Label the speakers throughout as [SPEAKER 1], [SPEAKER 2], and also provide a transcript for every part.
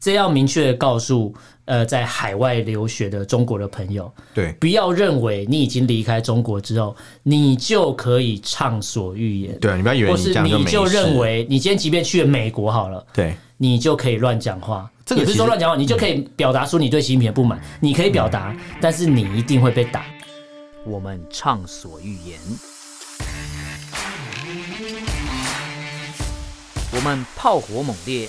[SPEAKER 1] 这要明确的告诉呃在海外留学的中国的朋友，
[SPEAKER 2] 对，
[SPEAKER 1] 不要认为你已经离开中国之后，你就可以畅所欲言，
[SPEAKER 2] 对啊，你不要以为
[SPEAKER 1] 或
[SPEAKER 2] 你这
[SPEAKER 1] 是
[SPEAKER 2] 样
[SPEAKER 1] 你
[SPEAKER 2] 没事。
[SPEAKER 1] 就认为你今天即便去了美国好了，
[SPEAKER 2] 对，
[SPEAKER 1] 你就可以乱讲话。
[SPEAKER 2] 这个
[SPEAKER 1] 也不
[SPEAKER 2] 其
[SPEAKER 1] 是
[SPEAKER 2] 实嗯
[SPEAKER 1] 说乱讲话，你就可以表达出你对习近平的不满，你可以表达，但是你一定会被打。我们畅所欲言，我们炮火猛烈，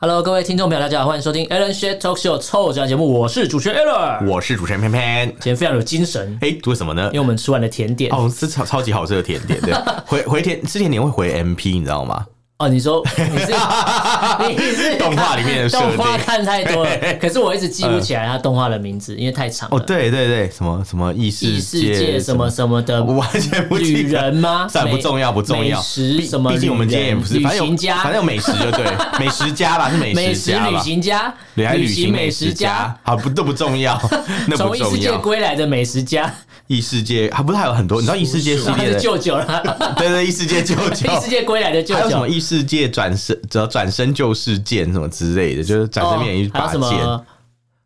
[SPEAKER 1] Hello，各位听众朋友，大家好，欢迎收听 Alan s h a t Talk Show 臭嘴艾节目，我是主持人 Alan。
[SPEAKER 2] 我是主持人偏偏。
[SPEAKER 1] 今天非常有精神，
[SPEAKER 2] 哎、为什么呢
[SPEAKER 1] 因？为我们吃完了甜点。哦，
[SPEAKER 2] 哦，吃超超级好吃的甜 点，对，回回甜吃甜点会回 MP，你知道吗？
[SPEAKER 1] 哦你说你是 你 是
[SPEAKER 2] 动画里面的设
[SPEAKER 1] 动画
[SPEAKER 2] 定。
[SPEAKER 1] 看太多 了，可是我一直记不起来他动画的名字，因为太长了。
[SPEAKER 2] 哦，，对对对，什么什么异世
[SPEAKER 1] 异世界什么什么的
[SPEAKER 2] 我完全不记
[SPEAKER 1] 旅
[SPEAKER 2] 得
[SPEAKER 1] 人吗？
[SPEAKER 2] 算了
[SPEAKER 1] 美
[SPEAKER 2] 不重要不重要
[SPEAKER 1] 美食
[SPEAKER 2] 毕
[SPEAKER 1] 什么旅人？
[SPEAKER 2] 毕竟我们今天也不是，
[SPEAKER 1] 旅
[SPEAKER 2] 反正有
[SPEAKER 1] 行家，
[SPEAKER 2] 反正有美食就对， 美食家吧，是
[SPEAKER 1] 美
[SPEAKER 2] 美
[SPEAKER 1] 食
[SPEAKER 2] 家
[SPEAKER 1] 旅
[SPEAKER 2] 吧。
[SPEAKER 1] 行家，
[SPEAKER 2] 旅还是旅
[SPEAKER 1] 行
[SPEAKER 2] 行
[SPEAKER 1] 美
[SPEAKER 2] 美
[SPEAKER 1] 食
[SPEAKER 2] 食家，，好不都不重 要，那不
[SPEAKER 1] 从异
[SPEAKER 2] 重
[SPEAKER 1] 世界
[SPEAKER 2] 要。
[SPEAKER 1] 归来的美食家，
[SPEAKER 2] 异世界还不是还有很多，你知道异世界 系
[SPEAKER 1] 他
[SPEAKER 2] 列
[SPEAKER 1] 是
[SPEAKER 2] 的，
[SPEAKER 1] 舅舅 啦，
[SPEAKER 2] 对对，异世界舅舅，
[SPEAKER 1] 异世界归来的舅
[SPEAKER 2] 还有什
[SPEAKER 1] 舅
[SPEAKER 2] 么。异世界转身，只要转身就是剑什么之类的，就是转身变一
[SPEAKER 1] 哦还有
[SPEAKER 2] 把
[SPEAKER 1] 什
[SPEAKER 2] 剑，
[SPEAKER 1] 么？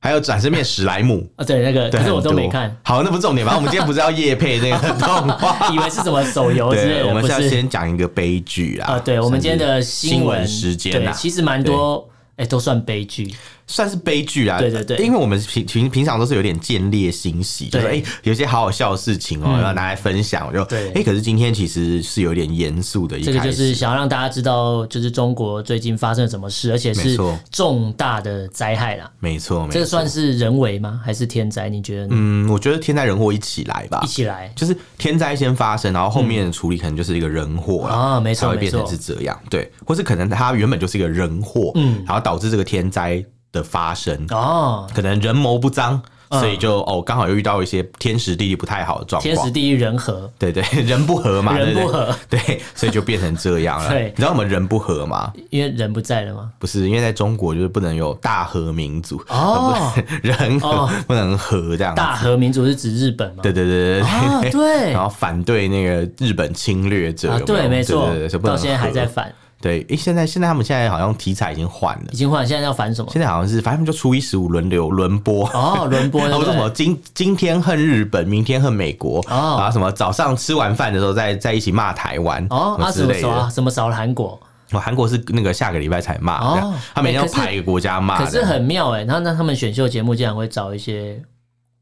[SPEAKER 2] 还有转身变史莱姆。
[SPEAKER 1] 啊，对，那个，
[SPEAKER 2] 对，
[SPEAKER 1] 可是我都
[SPEAKER 2] 很多
[SPEAKER 1] 没看，。
[SPEAKER 2] 好，那不是重点，反正我们今天不是要夜配那个动 画，
[SPEAKER 1] 以为是什么手游之类
[SPEAKER 2] 对，
[SPEAKER 1] 的，
[SPEAKER 2] 我们
[SPEAKER 1] 不
[SPEAKER 2] 是要
[SPEAKER 1] 是
[SPEAKER 2] 先讲一个悲剧啦。
[SPEAKER 1] 啊，对我们今天的
[SPEAKER 2] 甚至
[SPEAKER 1] 新
[SPEAKER 2] 新
[SPEAKER 1] 闻
[SPEAKER 2] 闻时间
[SPEAKER 1] 对，
[SPEAKER 2] 啦，
[SPEAKER 1] 其实蛮多，哎，都算悲剧，
[SPEAKER 2] 算是悲剧啊。
[SPEAKER 1] 对对对
[SPEAKER 2] 因为我们平平平常都是有点见猎心喜，就是哎、
[SPEAKER 1] 对嗯
[SPEAKER 2] 诶有些好好笑的事情哦、然后拿来分享，我就
[SPEAKER 1] 对
[SPEAKER 2] 哎、诶可是今天其实是有点严肃的一
[SPEAKER 1] 这个
[SPEAKER 2] 开
[SPEAKER 1] 就
[SPEAKER 2] 始。
[SPEAKER 1] 是想要让大家知道，就是中国最近发生了什么事，而且
[SPEAKER 2] 没
[SPEAKER 1] 是
[SPEAKER 2] 错
[SPEAKER 1] 重大的灾害啦。
[SPEAKER 2] 没错，没
[SPEAKER 1] 这
[SPEAKER 2] 错。
[SPEAKER 1] 个算是人为吗？还是天灾？你觉得呢？
[SPEAKER 2] 嗯，我觉得天灾人祸一起来吧
[SPEAKER 1] 一，起来
[SPEAKER 2] 就是天灾先发生，然后后面的处理可能就是一个人祸啦
[SPEAKER 1] 啊，没
[SPEAKER 2] 才
[SPEAKER 1] 错
[SPEAKER 2] 会
[SPEAKER 1] 没
[SPEAKER 2] 变成
[SPEAKER 1] 错
[SPEAKER 2] 是，这样，对，或是可能它原本就是一个人祸，嗯，然后导致这个天灾的发生，
[SPEAKER 1] 哦，
[SPEAKER 2] 可能人谋不彰，
[SPEAKER 1] 嗯
[SPEAKER 2] 所以就哦刚好又遇到一些天时地利不太好的状
[SPEAKER 1] 天时
[SPEAKER 2] 况，
[SPEAKER 1] 地利人和，
[SPEAKER 2] 对对，人不和嘛，
[SPEAKER 1] 人
[SPEAKER 2] 对
[SPEAKER 1] 不
[SPEAKER 2] 对
[SPEAKER 1] 和，
[SPEAKER 2] 对，所以就变成这样了。
[SPEAKER 1] 对
[SPEAKER 2] 你知道我们人不和吗？
[SPEAKER 1] 因为人不在了嘛。
[SPEAKER 2] 不是，因为在中国就是不能有大和民族，
[SPEAKER 1] 哦
[SPEAKER 2] 不能人和、
[SPEAKER 1] 哦
[SPEAKER 2] 不能和这样子，
[SPEAKER 1] 大和民族是指日本嘛？
[SPEAKER 2] 啊对对对对对。
[SPEAKER 1] 啊，对
[SPEAKER 2] 然后反对那个日本侵略者，
[SPEAKER 1] 啊，
[SPEAKER 2] 有有
[SPEAKER 1] 对，没错
[SPEAKER 2] 对对对所以，不能
[SPEAKER 1] 到现 在还在
[SPEAKER 2] 和
[SPEAKER 1] 反，
[SPEAKER 2] 对，诶、现在现在他们现在好像题材已经换了
[SPEAKER 1] 已，经换，现在要反什么？
[SPEAKER 2] 现在好像是反正他们就初一十五轮流轮 播。
[SPEAKER 1] 哦，轮播
[SPEAKER 2] 然
[SPEAKER 1] 对
[SPEAKER 2] 后
[SPEAKER 1] 不
[SPEAKER 2] 说什么
[SPEAKER 1] 对？
[SPEAKER 2] 今今天恨日本，明天恨美国，啊
[SPEAKER 1] 哦
[SPEAKER 2] 然后什么早上吃完饭的时候在在一起骂台湾，
[SPEAKER 1] 哦，啊，
[SPEAKER 2] 什
[SPEAKER 1] 什
[SPEAKER 2] 么之
[SPEAKER 1] 么
[SPEAKER 2] 类
[SPEAKER 1] 少啊？
[SPEAKER 2] 的。
[SPEAKER 1] 什么少了韩国？
[SPEAKER 2] 哦韩国是那个下个礼拜才骂，
[SPEAKER 1] 哦
[SPEAKER 2] 这样他每天要
[SPEAKER 1] 哎可是
[SPEAKER 2] 排一个国家骂的。
[SPEAKER 1] 可是很妙哎，那那他们选秀节目竟然会找一些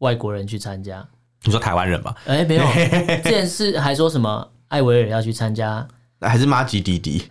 [SPEAKER 1] 外国人去参加？
[SPEAKER 2] 你说台湾人吧，
[SPEAKER 1] 哎， 没有，之前是还说什么艾维尔要去参加，
[SPEAKER 2] 还是骂吉弟弟？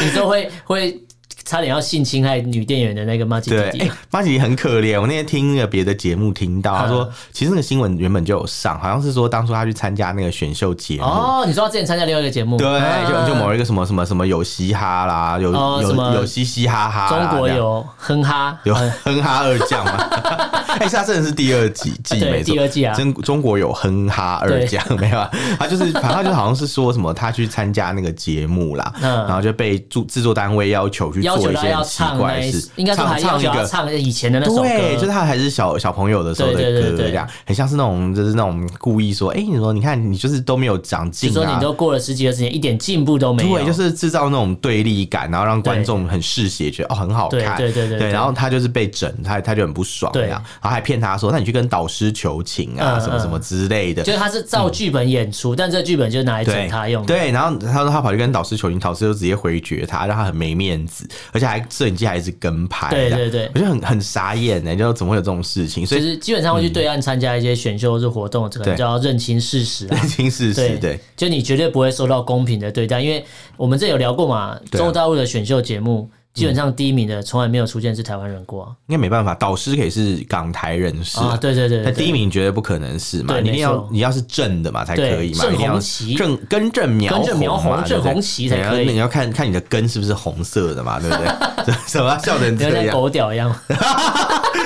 [SPEAKER 1] 你说会会差点要性侵害女店员的那个马吉
[SPEAKER 2] 对
[SPEAKER 1] 弟，
[SPEAKER 2] 哎
[SPEAKER 1] 弟，，
[SPEAKER 2] 马吉很可怜。我那天听那个别的节目听到，他说
[SPEAKER 1] 嗯
[SPEAKER 2] 其实那个新闻原本就有上，好像是说当初他去参加那个选秀节目，
[SPEAKER 1] 哦，你说他之前参加另外一个节目，啊
[SPEAKER 2] 对，就就某
[SPEAKER 1] 人
[SPEAKER 2] 一个什么什么什么有嘻哈啦，有
[SPEAKER 1] 哦什
[SPEAKER 2] 有
[SPEAKER 1] 么
[SPEAKER 2] 有嘻嘻哈哈啦，
[SPEAKER 1] 中国
[SPEAKER 2] 这样
[SPEAKER 1] 有嗯哼哈，
[SPEAKER 2] 有哼哈二将吗？ 哎，是他真的是第二季季
[SPEAKER 1] 对
[SPEAKER 2] 没错，
[SPEAKER 1] 第二季啊
[SPEAKER 2] 中中国有哼哈二将没有啊？他就是反正他就好像是说什么他去参加那个节目啦，
[SPEAKER 1] 嗯
[SPEAKER 2] 然后就被制制作单位要求去
[SPEAKER 1] 要
[SPEAKER 2] 做
[SPEAKER 1] 求
[SPEAKER 2] 一
[SPEAKER 1] 他
[SPEAKER 2] 些
[SPEAKER 1] 要
[SPEAKER 2] 很奇
[SPEAKER 1] 唱
[SPEAKER 2] 怪
[SPEAKER 1] 那
[SPEAKER 2] 的
[SPEAKER 1] 一
[SPEAKER 2] 事，，
[SPEAKER 1] 应该说
[SPEAKER 2] 唱
[SPEAKER 1] 还要
[SPEAKER 2] 唱一
[SPEAKER 1] 求他
[SPEAKER 2] 个。
[SPEAKER 1] 唱以前的那首歌，
[SPEAKER 2] 对，就是他还是小小朋友的时候的歌，
[SPEAKER 1] 对对对对
[SPEAKER 2] 这样很像是那种，就是那种故意说，哎、你说你看你就是都没有长进
[SPEAKER 1] 就
[SPEAKER 2] 啊，
[SPEAKER 1] 说你都过了十几二十年，一点进步都没有，
[SPEAKER 2] 对，就是制造那种对立感，然后让观众很嗜血，觉得哦很好看，
[SPEAKER 1] 对对对对对
[SPEAKER 2] 然后他就是被整，他他就很不爽
[SPEAKER 1] 对
[SPEAKER 2] 这样，然后还骗他说，那你去跟导师求情啊，
[SPEAKER 1] 嗯
[SPEAKER 2] 什么
[SPEAKER 1] 嗯
[SPEAKER 2] 什么之类的。
[SPEAKER 1] 就是他是照剧本演出，但这剧本就拿来整
[SPEAKER 2] 对
[SPEAKER 1] 他用的，
[SPEAKER 2] 对，然后他说他跑去跟导师求情，导师就直接回绝他，让他很没面子，而且还摄影机还一直跟拍这
[SPEAKER 1] 对
[SPEAKER 2] 样，
[SPEAKER 1] 对对
[SPEAKER 2] 我就很很傻眼呢、就怎么会有这种事情？所
[SPEAKER 1] 就
[SPEAKER 2] 以嗯
[SPEAKER 1] 是基本上会去对岸参加一些选秀或是活动，可能
[SPEAKER 2] 对
[SPEAKER 1] 就要认清事实啊
[SPEAKER 2] 认。清事实，对，
[SPEAKER 1] 就你绝对不会受到公平的对待，因为我们这有聊过嘛，
[SPEAKER 2] 对啊
[SPEAKER 1] 中国大陆的选秀节目基本上第一名的从来没有出现是台湾人过啊
[SPEAKER 2] 应该没办法，导师可以是港台人士
[SPEAKER 1] 啊，对对对
[SPEAKER 2] 那
[SPEAKER 1] 对，
[SPEAKER 2] 第一名绝对不可能是嘛，
[SPEAKER 1] 对
[SPEAKER 2] 你一定
[SPEAKER 1] 没
[SPEAKER 2] 要
[SPEAKER 1] 错
[SPEAKER 2] 你要是正的嘛才可以嘛，
[SPEAKER 1] 对
[SPEAKER 2] 你一定要
[SPEAKER 1] 正红旗
[SPEAKER 2] 正根正苗
[SPEAKER 1] 根正苗
[SPEAKER 2] 红嘛
[SPEAKER 1] 红正
[SPEAKER 2] 对不对
[SPEAKER 1] 红旗才可以
[SPEAKER 2] 你要你要看看你的根是不是红色的嘛，对不对？ 什么笑成
[SPEAKER 1] 不要
[SPEAKER 2] 这
[SPEAKER 1] 像
[SPEAKER 2] 样？
[SPEAKER 1] 狗屌一样，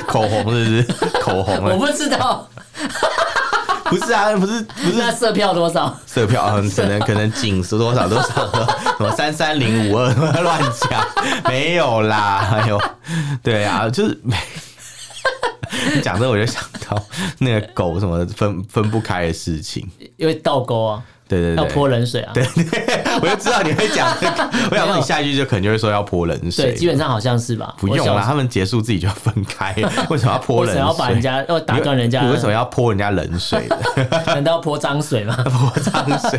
[SPEAKER 2] 口红是不是？口红
[SPEAKER 1] 我
[SPEAKER 2] 了。
[SPEAKER 1] 不知道，
[SPEAKER 2] 不是啊，不是不
[SPEAKER 1] 那
[SPEAKER 2] 是
[SPEAKER 1] 色票多少？
[SPEAKER 2] 色票，嗯可能可能仅是多少多少的，什么三三零五二乱讲，没有啦， 哎呦，对啊，就是 没。你讲这我就想到那个狗什么分分不开的事情，
[SPEAKER 1] 因为倒钩啊，
[SPEAKER 2] 对对
[SPEAKER 1] 要
[SPEAKER 2] 对，
[SPEAKER 1] 泼冷水啊。
[SPEAKER 2] 对对，我就知道你会讲这个。我想说你下一句就可能就会说要泼冷水，
[SPEAKER 1] 对，基本上好像是吧。
[SPEAKER 2] 不用
[SPEAKER 1] 我
[SPEAKER 2] 啦，
[SPEAKER 1] 小
[SPEAKER 2] 他们结束自己就要分 开，为什么要泼
[SPEAKER 1] 我
[SPEAKER 2] 冷
[SPEAKER 1] 想
[SPEAKER 2] 水？
[SPEAKER 1] 要把人家要打断人家
[SPEAKER 2] 你，为什么要泼人家冷水 呢？
[SPEAKER 1] 难道泼脏水 吗？
[SPEAKER 2] 泼脏水？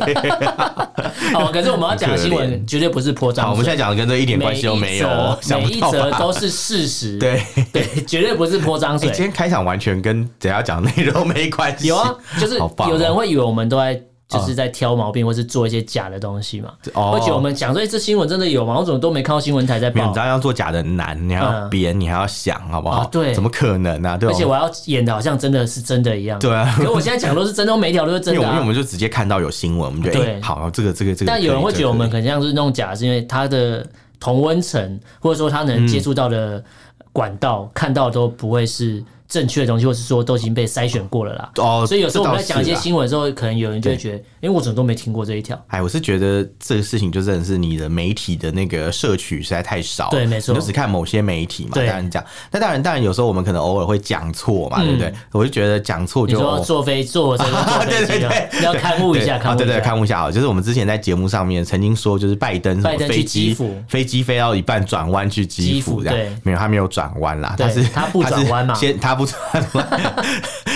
[SPEAKER 1] 哦，可是我们要讲的新
[SPEAKER 2] 很
[SPEAKER 1] 闻绝对不是泼脏
[SPEAKER 2] 好，
[SPEAKER 1] 水。
[SPEAKER 2] 我们现在讲的跟这一点关系都没有哦，想
[SPEAKER 1] 每
[SPEAKER 2] 不
[SPEAKER 1] 一
[SPEAKER 2] 到
[SPEAKER 1] 则每一则
[SPEAKER 2] 吧？
[SPEAKER 1] 都是事实。
[SPEAKER 2] 对， 哎
[SPEAKER 1] 对，绝对不是泼脏
[SPEAKER 2] 你
[SPEAKER 1] 水。
[SPEAKER 2] 今天开场完全跟等下讲的内容没关系。
[SPEAKER 1] 有啊，就是
[SPEAKER 2] 好棒哦嗯
[SPEAKER 1] 有人会以为我们都在就是在挑毛病，或是做一些假的东西嘛，
[SPEAKER 2] 哦
[SPEAKER 1] 会觉得我们讲说，哎，这新闻真的有吗？我怎么都没看到新闻台在
[SPEAKER 2] 没有，
[SPEAKER 1] 报
[SPEAKER 2] 你知？道要做假的很难，你还要
[SPEAKER 1] 嗯
[SPEAKER 2] 编，你还要想，好不好
[SPEAKER 1] 哦？对
[SPEAKER 2] 怎么可能呢？对
[SPEAKER 1] 而
[SPEAKER 2] 吧？
[SPEAKER 1] 且我要演的好像真的是真的一样。
[SPEAKER 2] 哦对啊
[SPEAKER 1] 可我现在讲的都是真的，每一条都是真
[SPEAKER 2] 因为
[SPEAKER 1] 的
[SPEAKER 2] 我们因为
[SPEAKER 1] 啊。
[SPEAKER 2] 我们就直接看到有新闻，我们觉得
[SPEAKER 1] 对
[SPEAKER 2] 哎，好，这个这个这个。
[SPEAKER 1] 但有人会觉得我们可能像是弄假，是因为他的同温层，或者说他
[SPEAKER 2] 嗯
[SPEAKER 1] 能接触到的管道、看到都不会是正确的东西，或是说都已经被筛选过了啦。
[SPEAKER 2] 哦，
[SPEAKER 1] 所以有时候我们在讲一些
[SPEAKER 2] 这倒是啊
[SPEAKER 1] 新闻的时候，可能有人就会觉得，哎、我怎么都没听过这一条？
[SPEAKER 2] 哎，我是觉得这个事情就真的是你的媒体的那个摄取实在太少了，
[SPEAKER 1] 对没错
[SPEAKER 2] 你就只看某些媒体嘛。当
[SPEAKER 1] 对
[SPEAKER 2] 然这样，那当然，当然有时候我们可能偶尔会讲错嘛，对不对？我就觉得讲
[SPEAKER 1] 嗯
[SPEAKER 2] 错
[SPEAKER 1] 你
[SPEAKER 2] 就哦
[SPEAKER 1] 说坐飞坐这个坐飞
[SPEAKER 2] 对
[SPEAKER 1] 机
[SPEAKER 2] 对
[SPEAKER 1] 的
[SPEAKER 2] 对，
[SPEAKER 1] 要看护一下，
[SPEAKER 2] 对
[SPEAKER 1] 看
[SPEAKER 2] 啊
[SPEAKER 1] 护
[SPEAKER 2] 对
[SPEAKER 1] 一
[SPEAKER 2] 对，
[SPEAKER 1] 下。
[SPEAKER 2] 看护一下啊，就是我们之前在节目上面曾经说，就是拜登什
[SPEAKER 1] 拜
[SPEAKER 2] 么
[SPEAKER 1] 登
[SPEAKER 2] 飞
[SPEAKER 1] 去基
[SPEAKER 2] 机
[SPEAKER 1] 辅
[SPEAKER 2] 飞机飞到一半转弯去基
[SPEAKER 1] 基
[SPEAKER 2] 辅
[SPEAKER 1] 辅
[SPEAKER 2] 这
[SPEAKER 1] 对
[SPEAKER 2] 样，没有他没有转弯啦，
[SPEAKER 1] 对
[SPEAKER 2] 他是
[SPEAKER 1] 他不
[SPEAKER 2] 是
[SPEAKER 1] 转弯嘛
[SPEAKER 2] 先他不转弯，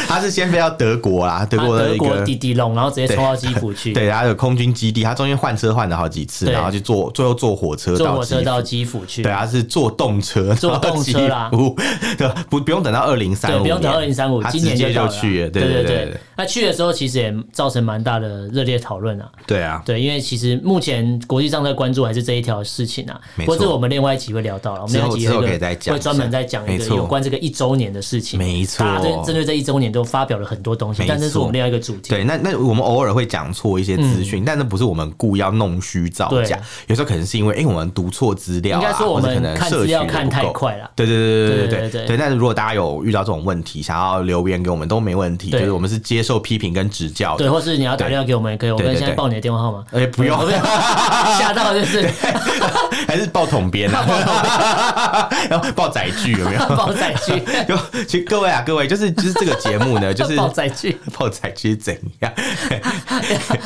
[SPEAKER 2] 他是先飞到德国啦，德
[SPEAKER 1] 他
[SPEAKER 2] 国的
[SPEAKER 1] 德
[SPEAKER 2] 一
[SPEAKER 1] 国
[SPEAKER 2] 个
[SPEAKER 1] 滴滴龙，然后直接冲到基辅去，
[SPEAKER 2] 对，他有空军基地，他中间换车换了好几次，
[SPEAKER 1] 对
[SPEAKER 2] 然后就坐最后坐火车
[SPEAKER 1] 坐火
[SPEAKER 2] 基辅
[SPEAKER 1] 车到基辅去。
[SPEAKER 2] 对，啊他是坐动车，
[SPEAKER 1] 坐动车啦
[SPEAKER 2] 不 对，不不用等到二零三
[SPEAKER 1] 对，
[SPEAKER 2] 五，
[SPEAKER 1] 不用等二零三五，
[SPEAKER 2] 他
[SPEAKER 1] 今
[SPEAKER 2] 直
[SPEAKER 1] 年
[SPEAKER 2] 接
[SPEAKER 1] 到
[SPEAKER 2] 就
[SPEAKER 1] 了啊。
[SPEAKER 2] 去了，
[SPEAKER 1] 对
[SPEAKER 2] 对
[SPEAKER 1] 对
[SPEAKER 2] 对，。
[SPEAKER 1] 那去的时候其实也造成蛮大的热烈讨论啊。
[SPEAKER 2] 对啊，
[SPEAKER 1] 对，因为其实目前国际上在关注还是这一条事情啊，
[SPEAKER 2] 没
[SPEAKER 1] 或
[SPEAKER 2] 错
[SPEAKER 1] 者我们另外一集会聊到了，我们
[SPEAKER 2] 之
[SPEAKER 1] 另外
[SPEAKER 2] 后
[SPEAKER 1] 一集
[SPEAKER 2] 之
[SPEAKER 1] 有
[SPEAKER 2] 后
[SPEAKER 1] 一个
[SPEAKER 2] 可以再讲
[SPEAKER 1] 会专门再讲一
[SPEAKER 2] 没
[SPEAKER 1] 个
[SPEAKER 2] 错
[SPEAKER 1] 有关这个一周年的事情，
[SPEAKER 2] 没错
[SPEAKER 1] 大家针针对这一周年都发表了很多东西
[SPEAKER 2] 没，错
[SPEAKER 1] 但这是我们另外一个主题，
[SPEAKER 2] 对，那那我们偶尔会讲错一些资讯，但那不是我们故意要弄虚造假
[SPEAKER 1] 嗯对，
[SPEAKER 2] 有时候可能是因为哎、我们读错资料、
[SPEAKER 1] 应
[SPEAKER 2] 啊，
[SPEAKER 1] 该说我
[SPEAKER 2] 或者可
[SPEAKER 1] 们
[SPEAKER 2] 能
[SPEAKER 1] 看
[SPEAKER 2] 摄
[SPEAKER 1] 资
[SPEAKER 2] 取
[SPEAKER 1] 料
[SPEAKER 2] 的
[SPEAKER 1] 看
[SPEAKER 2] 不
[SPEAKER 1] 太
[SPEAKER 2] 够
[SPEAKER 1] 快了。
[SPEAKER 2] 对对对对
[SPEAKER 1] 对
[SPEAKER 2] 对
[SPEAKER 1] 对对
[SPEAKER 2] 对但是如果大家有遇到这种问题，想要留言给我们都没问题，
[SPEAKER 1] 对
[SPEAKER 2] 就是我们是接受批评跟指教的
[SPEAKER 1] 对，。或是你要打电话给我们也可以，我
[SPEAKER 2] 对
[SPEAKER 1] 们
[SPEAKER 2] 对
[SPEAKER 1] 现在
[SPEAKER 2] 对
[SPEAKER 1] 报你的电话号 码，
[SPEAKER 2] 哎、不用，
[SPEAKER 1] 吓到就是
[SPEAKER 2] 还是报统 编啊， 然后报载具有没 有？
[SPEAKER 1] 报载具，
[SPEAKER 2] 就其实各位啊，各位，就是就是这个节目呢，就是
[SPEAKER 1] 报载 具，
[SPEAKER 2] 报载具是怎样？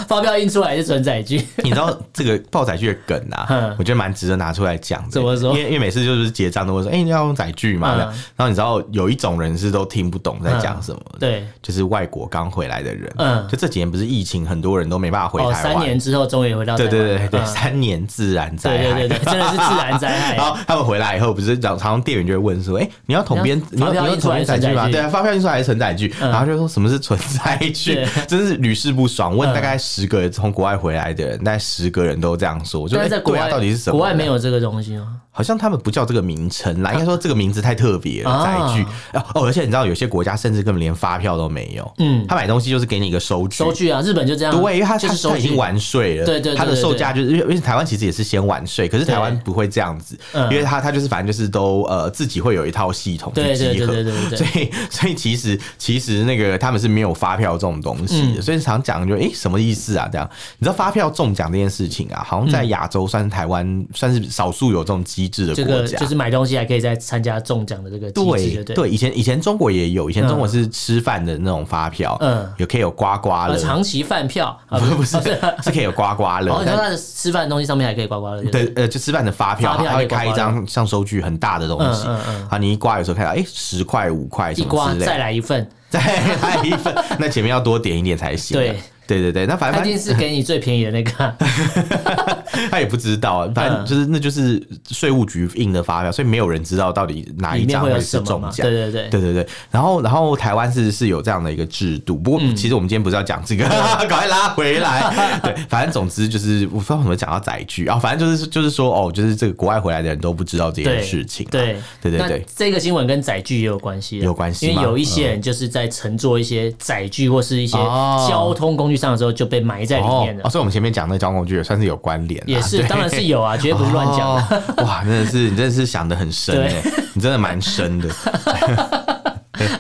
[SPEAKER 1] 发票印出来是存载具，
[SPEAKER 2] 你知道这个报载具的梗啊
[SPEAKER 1] 嗯，
[SPEAKER 2] 我觉得蛮值得拿出来讲的。
[SPEAKER 1] 怎么说
[SPEAKER 2] 因为因为每次就是结账都会说，哎、你要用载具嘛、
[SPEAKER 1] 嗯
[SPEAKER 2] 然后你知道有一种人是都听不懂在讲什么的、
[SPEAKER 1] 对。
[SPEAKER 2] 就是外国刚回来的人。
[SPEAKER 1] 嗯
[SPEAKER 2] 就这几年不是疫情，很多人都没办法回
[SPEAKER 1] 哦，
[SPEAKER 2] 台
[SPEAKER 1] 三
[SPEAKER 2] 湾。
[SPEAKER 1] 年之后终于回到
[SPEAKER 2] 对对对对对、
[SPEAKER 1] 台湾了
[SPEAKER 2] 三年自然灾害。
[SPEAKER 1] 嗯对对对对，真的是自然灾 害
[SPEAKER 2] 然。后他们回来以后，不是常常店员就会问说：“哎、你要统编，
[SPEAKER 1] 你
[SPEAKER 2] 你
[SPEAKER 1] 要
[SPEAKER 2] 要
[SPEAKER 1] 发票
[SPEAKER 2] 你要
[SPEAKER 1] 印出
[SPEAKER 2] 统
[SPEAKER 1] 来
[SPEAKER 2] 编
[SPEAKER 1] 存
[SPEAKER 2] 载
[SPEAKER 1] 载
[SPEAKER 2] 具吗？
[SPEAKER 1] 具
[SPEAKER 2] 对啊，发票印出来是存载具。
[SPEAKER 1] 嗯
[SPEAKER 2] 然后就说什么是存载具
[SPEAKER 1] 对，
[SPEAKER 2] 真是屡试不爽。问
[SPEAKER 1] 嗯
[SPEAKER 2] 大概十个从国外回来的人，大概十个人都这样说。我就
[SPEAKER 1] 但是在
[SPEAKER 2] 诶
[SPEAKER 1] 国
[SPEAKER 2] 对
[SPEAKER 1] 外，
[SPEAKER 2] 啊，到底是什么？
[SPEAKER 1] 国外没，有这个东西哦吗？
[SPEAKER 2] 好像他们不叫这个名称啦，应该说这个名字太特别了，载
[SPEAKER 1] 啊
[SPEAKER 2] 具。哦，而且你知道有些国家甚至根本连发票都没有，嗯，他买东西就是给你一个收据
[SPEAKER 1] 收。据啊，日本就这样啊，
[SPEAKER 2] 对，因为他
[SPEAKER 1] 就
[SPEAKER 2] 他
[SPEAKER 1] 是收
[SPEAKER 2] 他已经
[SPEAKER 1] 据。
[SPEAKER 2] 完税了，
[SPEAKER 1] 对对对
[SPEAKER 2] 他的
[SPEAKER 1] 对
[SPEAKER 2] 售
[SPEAKER 1] 对
[SPEAKER 2] 价就是，因为因为台湾其实也是先完税，可是台湾不会这样子，
[SPEAKER 1] 嗯
[SPEAKER 2] 因为他他就是反正就是都呃自己会有一套系统去
[SPEAKER 1] 对对
[SPEAKER 2] 集
[SPEAKER 1] 对
[SPEAKER 2] 合
[SPEAKER 1] 对，对对
[SPEAKER 2] 所
[SPEAKER 1] 对，
[SPEAKER 2] 以所以其实其实那个他们是没有发票这种东西的，
[SPEAKER 1] 嗯
[SPEAKER 2] 所以常讲就诶、什么意思啊？这样你知道发票中奖这件事情
[SPEAKER 1] 嗯
[SPEAKER 2] 啊，好像在亚洲算是台湾、算是少数有这种机制的
[SPEAKER 1] 这
[SPEAKER 2] 国
[SPEAKER 1] 个
[SPEAKER 2] 家，
[SPEAKER 1] 就是买东西还可以再参加中奖的这个机制，
[SPEAKER 2] 对
[SPEAKER 1] 对
[SPEAKER 2] 对，以前以前中国也有，以前中国
[SPEAKER 1] 嗯
[SPEAKER 2] 是吃饭的那种发票，
[SPEAKER 1] 嗯
[SPEAKER 2] 有可以有刮刮
[SPEAKER 1] 呃，
[SPEAKER 2] 乐，
[SPEAKER 1] 长期饭票啊，
[SPEAKER 2] 不不是是可以有刮刮乐
[SPEAKER 1] 哦，，你
[SPEAKER 2] 但
[SPEAKER 1] 说他的吃饭的东西上面还可以刮刮乐，
[SPEAKER 2] 对，呃，就吃饭的发票，
[SPEAKER 1] 发票
[SPEAKER 2] 他
[SPEAKER 1] 也
[SPEAKER 2] 会
[SPEAKER 1] 刮刮
[SPEAKER 2] 开一张像收据很大的东西，
[SPEAKER 1] 嗯嗯嗯
[SPEAKER 2] 啊，你一刮有时候看到，哎、十块、五块
[SPEAKER 1] 一
[SPEAKER 2] 什么
[SPEAKER 1] 刮
[SPEAKER 2] 之类
[SPEAKER 1] 再
[SPEAKER 2] 的，
[SPEAKER 1] 来一份，
[SPEAKER 2] 再来一份，那前面要多点一点才行啊。
[SPEAKER 1] 对
[SPEAKER 2] 对对对，那哎反
[SPEAKER 1] 他
[SPEAKER 2] 正
[SPEAKER 1] 一定是给你最便宜的 那个啊，
[SPEAKER 2] 他也不知道啊，反
[SPEAKER 1] 嗯
[SPEAKER 2] 正就是那就是税务局印的发票，所以没有人知道到底哪
[SPEAKER 1] 里
[SPEAKER 2] 一
[SPEAKER 1] 面
[SPEAKER 2] 张
[SPEAKER 1] 会有
[SPEAKER 2] 会
[SPEAKER 1] 什
[SPEAKER 2] 是
[SPEAKER 1] 么
[SPEAKER 2] 中
[SPEAKER 1] 嘛？
[SPEAKER 2] 奖
[SPEAKER 1] 对。对对，
[SPEAKER 2] 对对对，然后然后台湾是是有这样的一个制度，不过
[SPEAKER 1] 嗯
[SPEAKER 2] 其实我们今天不是要讲这个， 赶快拉回来。 对，反正总之就是我不知道怎么讲到载具啊，反正就是就是说哦，就是这个国外回来的人都不知道这件
[SPEAKER 1] 对
[SPEAKER 2] 事情啊、
[SPEAKER 1] 对
[SPEAKER 2] 对对
[SPEAKER 1] 那
[SPEAKER 2] 对，
[SPEAKER 1] 这个新闻跟载具也有关系啊，
[SPEAKER 2] 有关系
[SPEAKER 1] 因为
[SPEAKER 2] 吗嗯
[SPEAKER 1] 有一些人就是在乘坐一些载具或是一些
[SPEAKER 2] 哦
[SPEAKER 1] 交通工具上的时候就被埋在里
[SPEAKER 2] 哦
[SPEAKER 1] 面了
[SPEAKER 2] 哦，，所以我们前面讲那个交通工具也算是有关联啦，啊
[SPEAKER 1] 也是，
[SPEAKER 2] 对
[SPEAKER 1] 当然是有啊，绝对不是乱讲的。
[SPEAKER 2] 哦哇，真的是你真的是想的很深
[SPEAKER 1] 对
[SPEAKER 2] 哎，你真的蛮深的。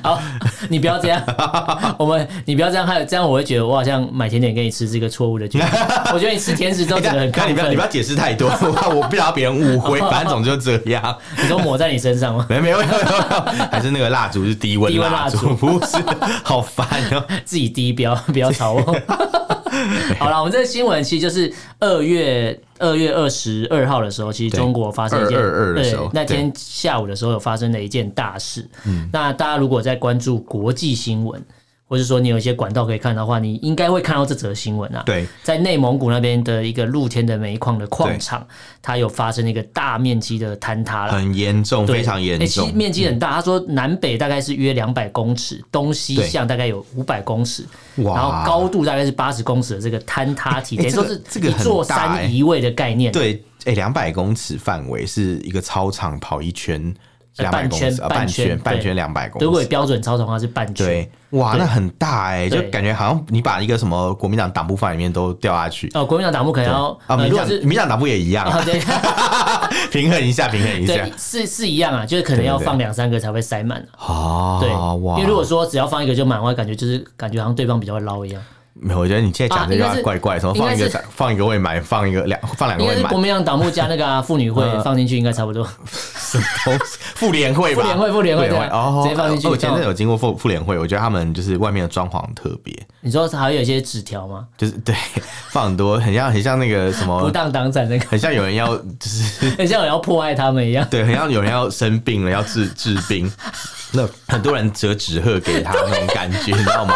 [SPEAKER 1] 好，你不要这 样，我们你不要这样害，这样我会觉得我好像买甜点给你吃是一个错误的决 定。 我觉得你吃甜食之后整个很
[SPEAKER 2] 看
[SPEAKER 1] 亢
[SPEAKER 2] 你不要
[SPEAKER 1] 奋
[SPEAKER 2] 你不，要解释太多， 我我不想要别人误会， 反正总就这样。
[SPEAKER 1] 你都抹在你身上吗？
[SPEAKER 2] 没没有没有没有，还是那个蜡烛是低温
[SPEAKER 1] 低温
[SPEAKER 2] 蜡
[SPEAKER 1] 蜡烛
[SPEAKER 2] 不是，好烦哦。
[SPEAKER 1] 自己低标，不要吵 我。好了，我们这个新闻其实就是二月二月二十二号的时候，其实
[SPEAKER 2] 对
[SPEAKER 1] 中国发生一件
[SPEAKER 2] 222的
[SPEAKER 1] 对
[SPEAKER 2] 时候
[SPEAKER 1] 那天下午的时候有发生了一件大事。
[SPEAKER 2] 嗯
[SPEAKER 1] 那大家如果在关注国际新闻，或者说你有一些管道可以看的话，你应该会看到这则新闻啊。
[SPEAKER 2] 对，
[SPEAKER 1] 在内蒙古那边的一个露天的煤矿的矿场，它有发生一个大面积的坍塌了。
[SPEAKER 2] 很严重，
[SPEAKER 1] 对
[SPEAKER 2] 非常严
[SPEAKER 1] 欸其
[SPEAKER 2] 重嗯
[SPEAKER 1] 实。面积很大。他说南北大概是约两百公尺，东西
[SPEAKER 2] 对
[SPEAKER 1] 向大概有五百公尺，
[SPEAKER 2] 哇
[SPEAKER 1] 然后高度大概是八十公尺的这 个坍塌体，
[SPEAKER 2] 欸
[SPEAKER 1] 等于说
[SPEAKER 2] 这个
[SPEAKER 1] 是
[SPEAKER 2] 这个
[SPEAKER 1] 一座
[SPEAKER 2] 很大欸
[SPEAKER 1] 山移位的概念。
[SPEAKER 2] 对，哎，两百公尺范围是一个操场跑一圈，
[SPEAKER 1] 呃
[SPEAKER 2] 两百公尺，啊
[SPEAKER 1] 半
[SPEAKER 2] 半
[SPEAKER 1] 圈半
[SPEAKER 2] 圈，
[SPEAKER 1] 圈
[SPEAKER 2] 半
[SPEAKER 1] 对
[SPEAKER 2] 圈两百公
[SPEAKER 1] 如果
[SPEAKER 2] 尺
[SPEAKER 1] 以。标准操的话是半圈
[SPEAKER 2] 对。，哇，
[SPEAKER 1] 对
[SPEAKER 2] 那很大哎、就
[SPEAKER 1] 对
[SPEAKER 2] 感觉好像你把一个什么国民党党部放里面都掉下去。
[SPEAKER 1] 哦，国民党党部可能要
[SPEAKER 2] 啊，
[SPEAKER 1] 呃，
[SPEAKER 2] 民
[SPEAKER 1] 如果
[SPEAKER 2] 党
[SPEAKER 1] 是
[SPEAKER 2] 民党党部也一样、
[SPEAKER 1] 啊，
[SPEAKER 2] 啊，
[SPEAKER 1] 对
[SPEAKER 2] 平衡一下，平衡一下
[SPEAKER 1] 对，。是是一样啊，就是可能
[SPEAKER 2] 对
[SPEAKER 1] 要
[SPEAKER 2] 对
[SPEAKER 1] 放两三个才会塞满啊。
[SPEAKER 2] 哦，
[SPEAKER 1] 对，
[SPEAKER 2] 哇，
[SPEAKER 1] 因为如果说只要放一个就满的话，感觉就是感觉好像对方比较会捞一样。
[SPEAKER 2] 没有，我觉得你现在讲这句话怪怪，什么放一
[SPEAKER 1] 啊应
[SPEAKER 2] 个
[SPEAKER 1] 该是
[SPEAKER 2] 放一个未满，放一个两放两个
[SPEAKER 1] 应该
[SPEAKER 2] 未
[SPEAKER 1] 是
[SPEAKER 2] 满
[SPEAKER 1] 国，民党党部加那个啊妇女会
[SPEAKER 2] 呃
[SPEAKER 1] 放进去，应该差不多。
[SPEAKER 2] 什么东西妇联会吧？
[SPEAKER 1] 妇联会妇联会对啊
[SPEAKER 2] 哦，
[SPEAKER 1] 直接放进去
[SPEAKER 2] 哦我前阵有经过妇妇联会，我觉得他们就是外面的装潢很特别，
[SPEAKER 1] 你说还有一些纸条吗？
[SPEAKER 2] 就是对，放很多，很像很像那个什
[SPEAKER 1] 不
[SPEAKER 2] 么，
[SPEAKER 1] 当党产那个，
[SPEAKER 2] 很像有人要就是
[SPEAKER 1] 很像有人要迫害他们一样。
[SPEAKER 2] 对，很像有人要生病了要治治病，那很多人折纸鹤给他那种感觉，你知 道吗？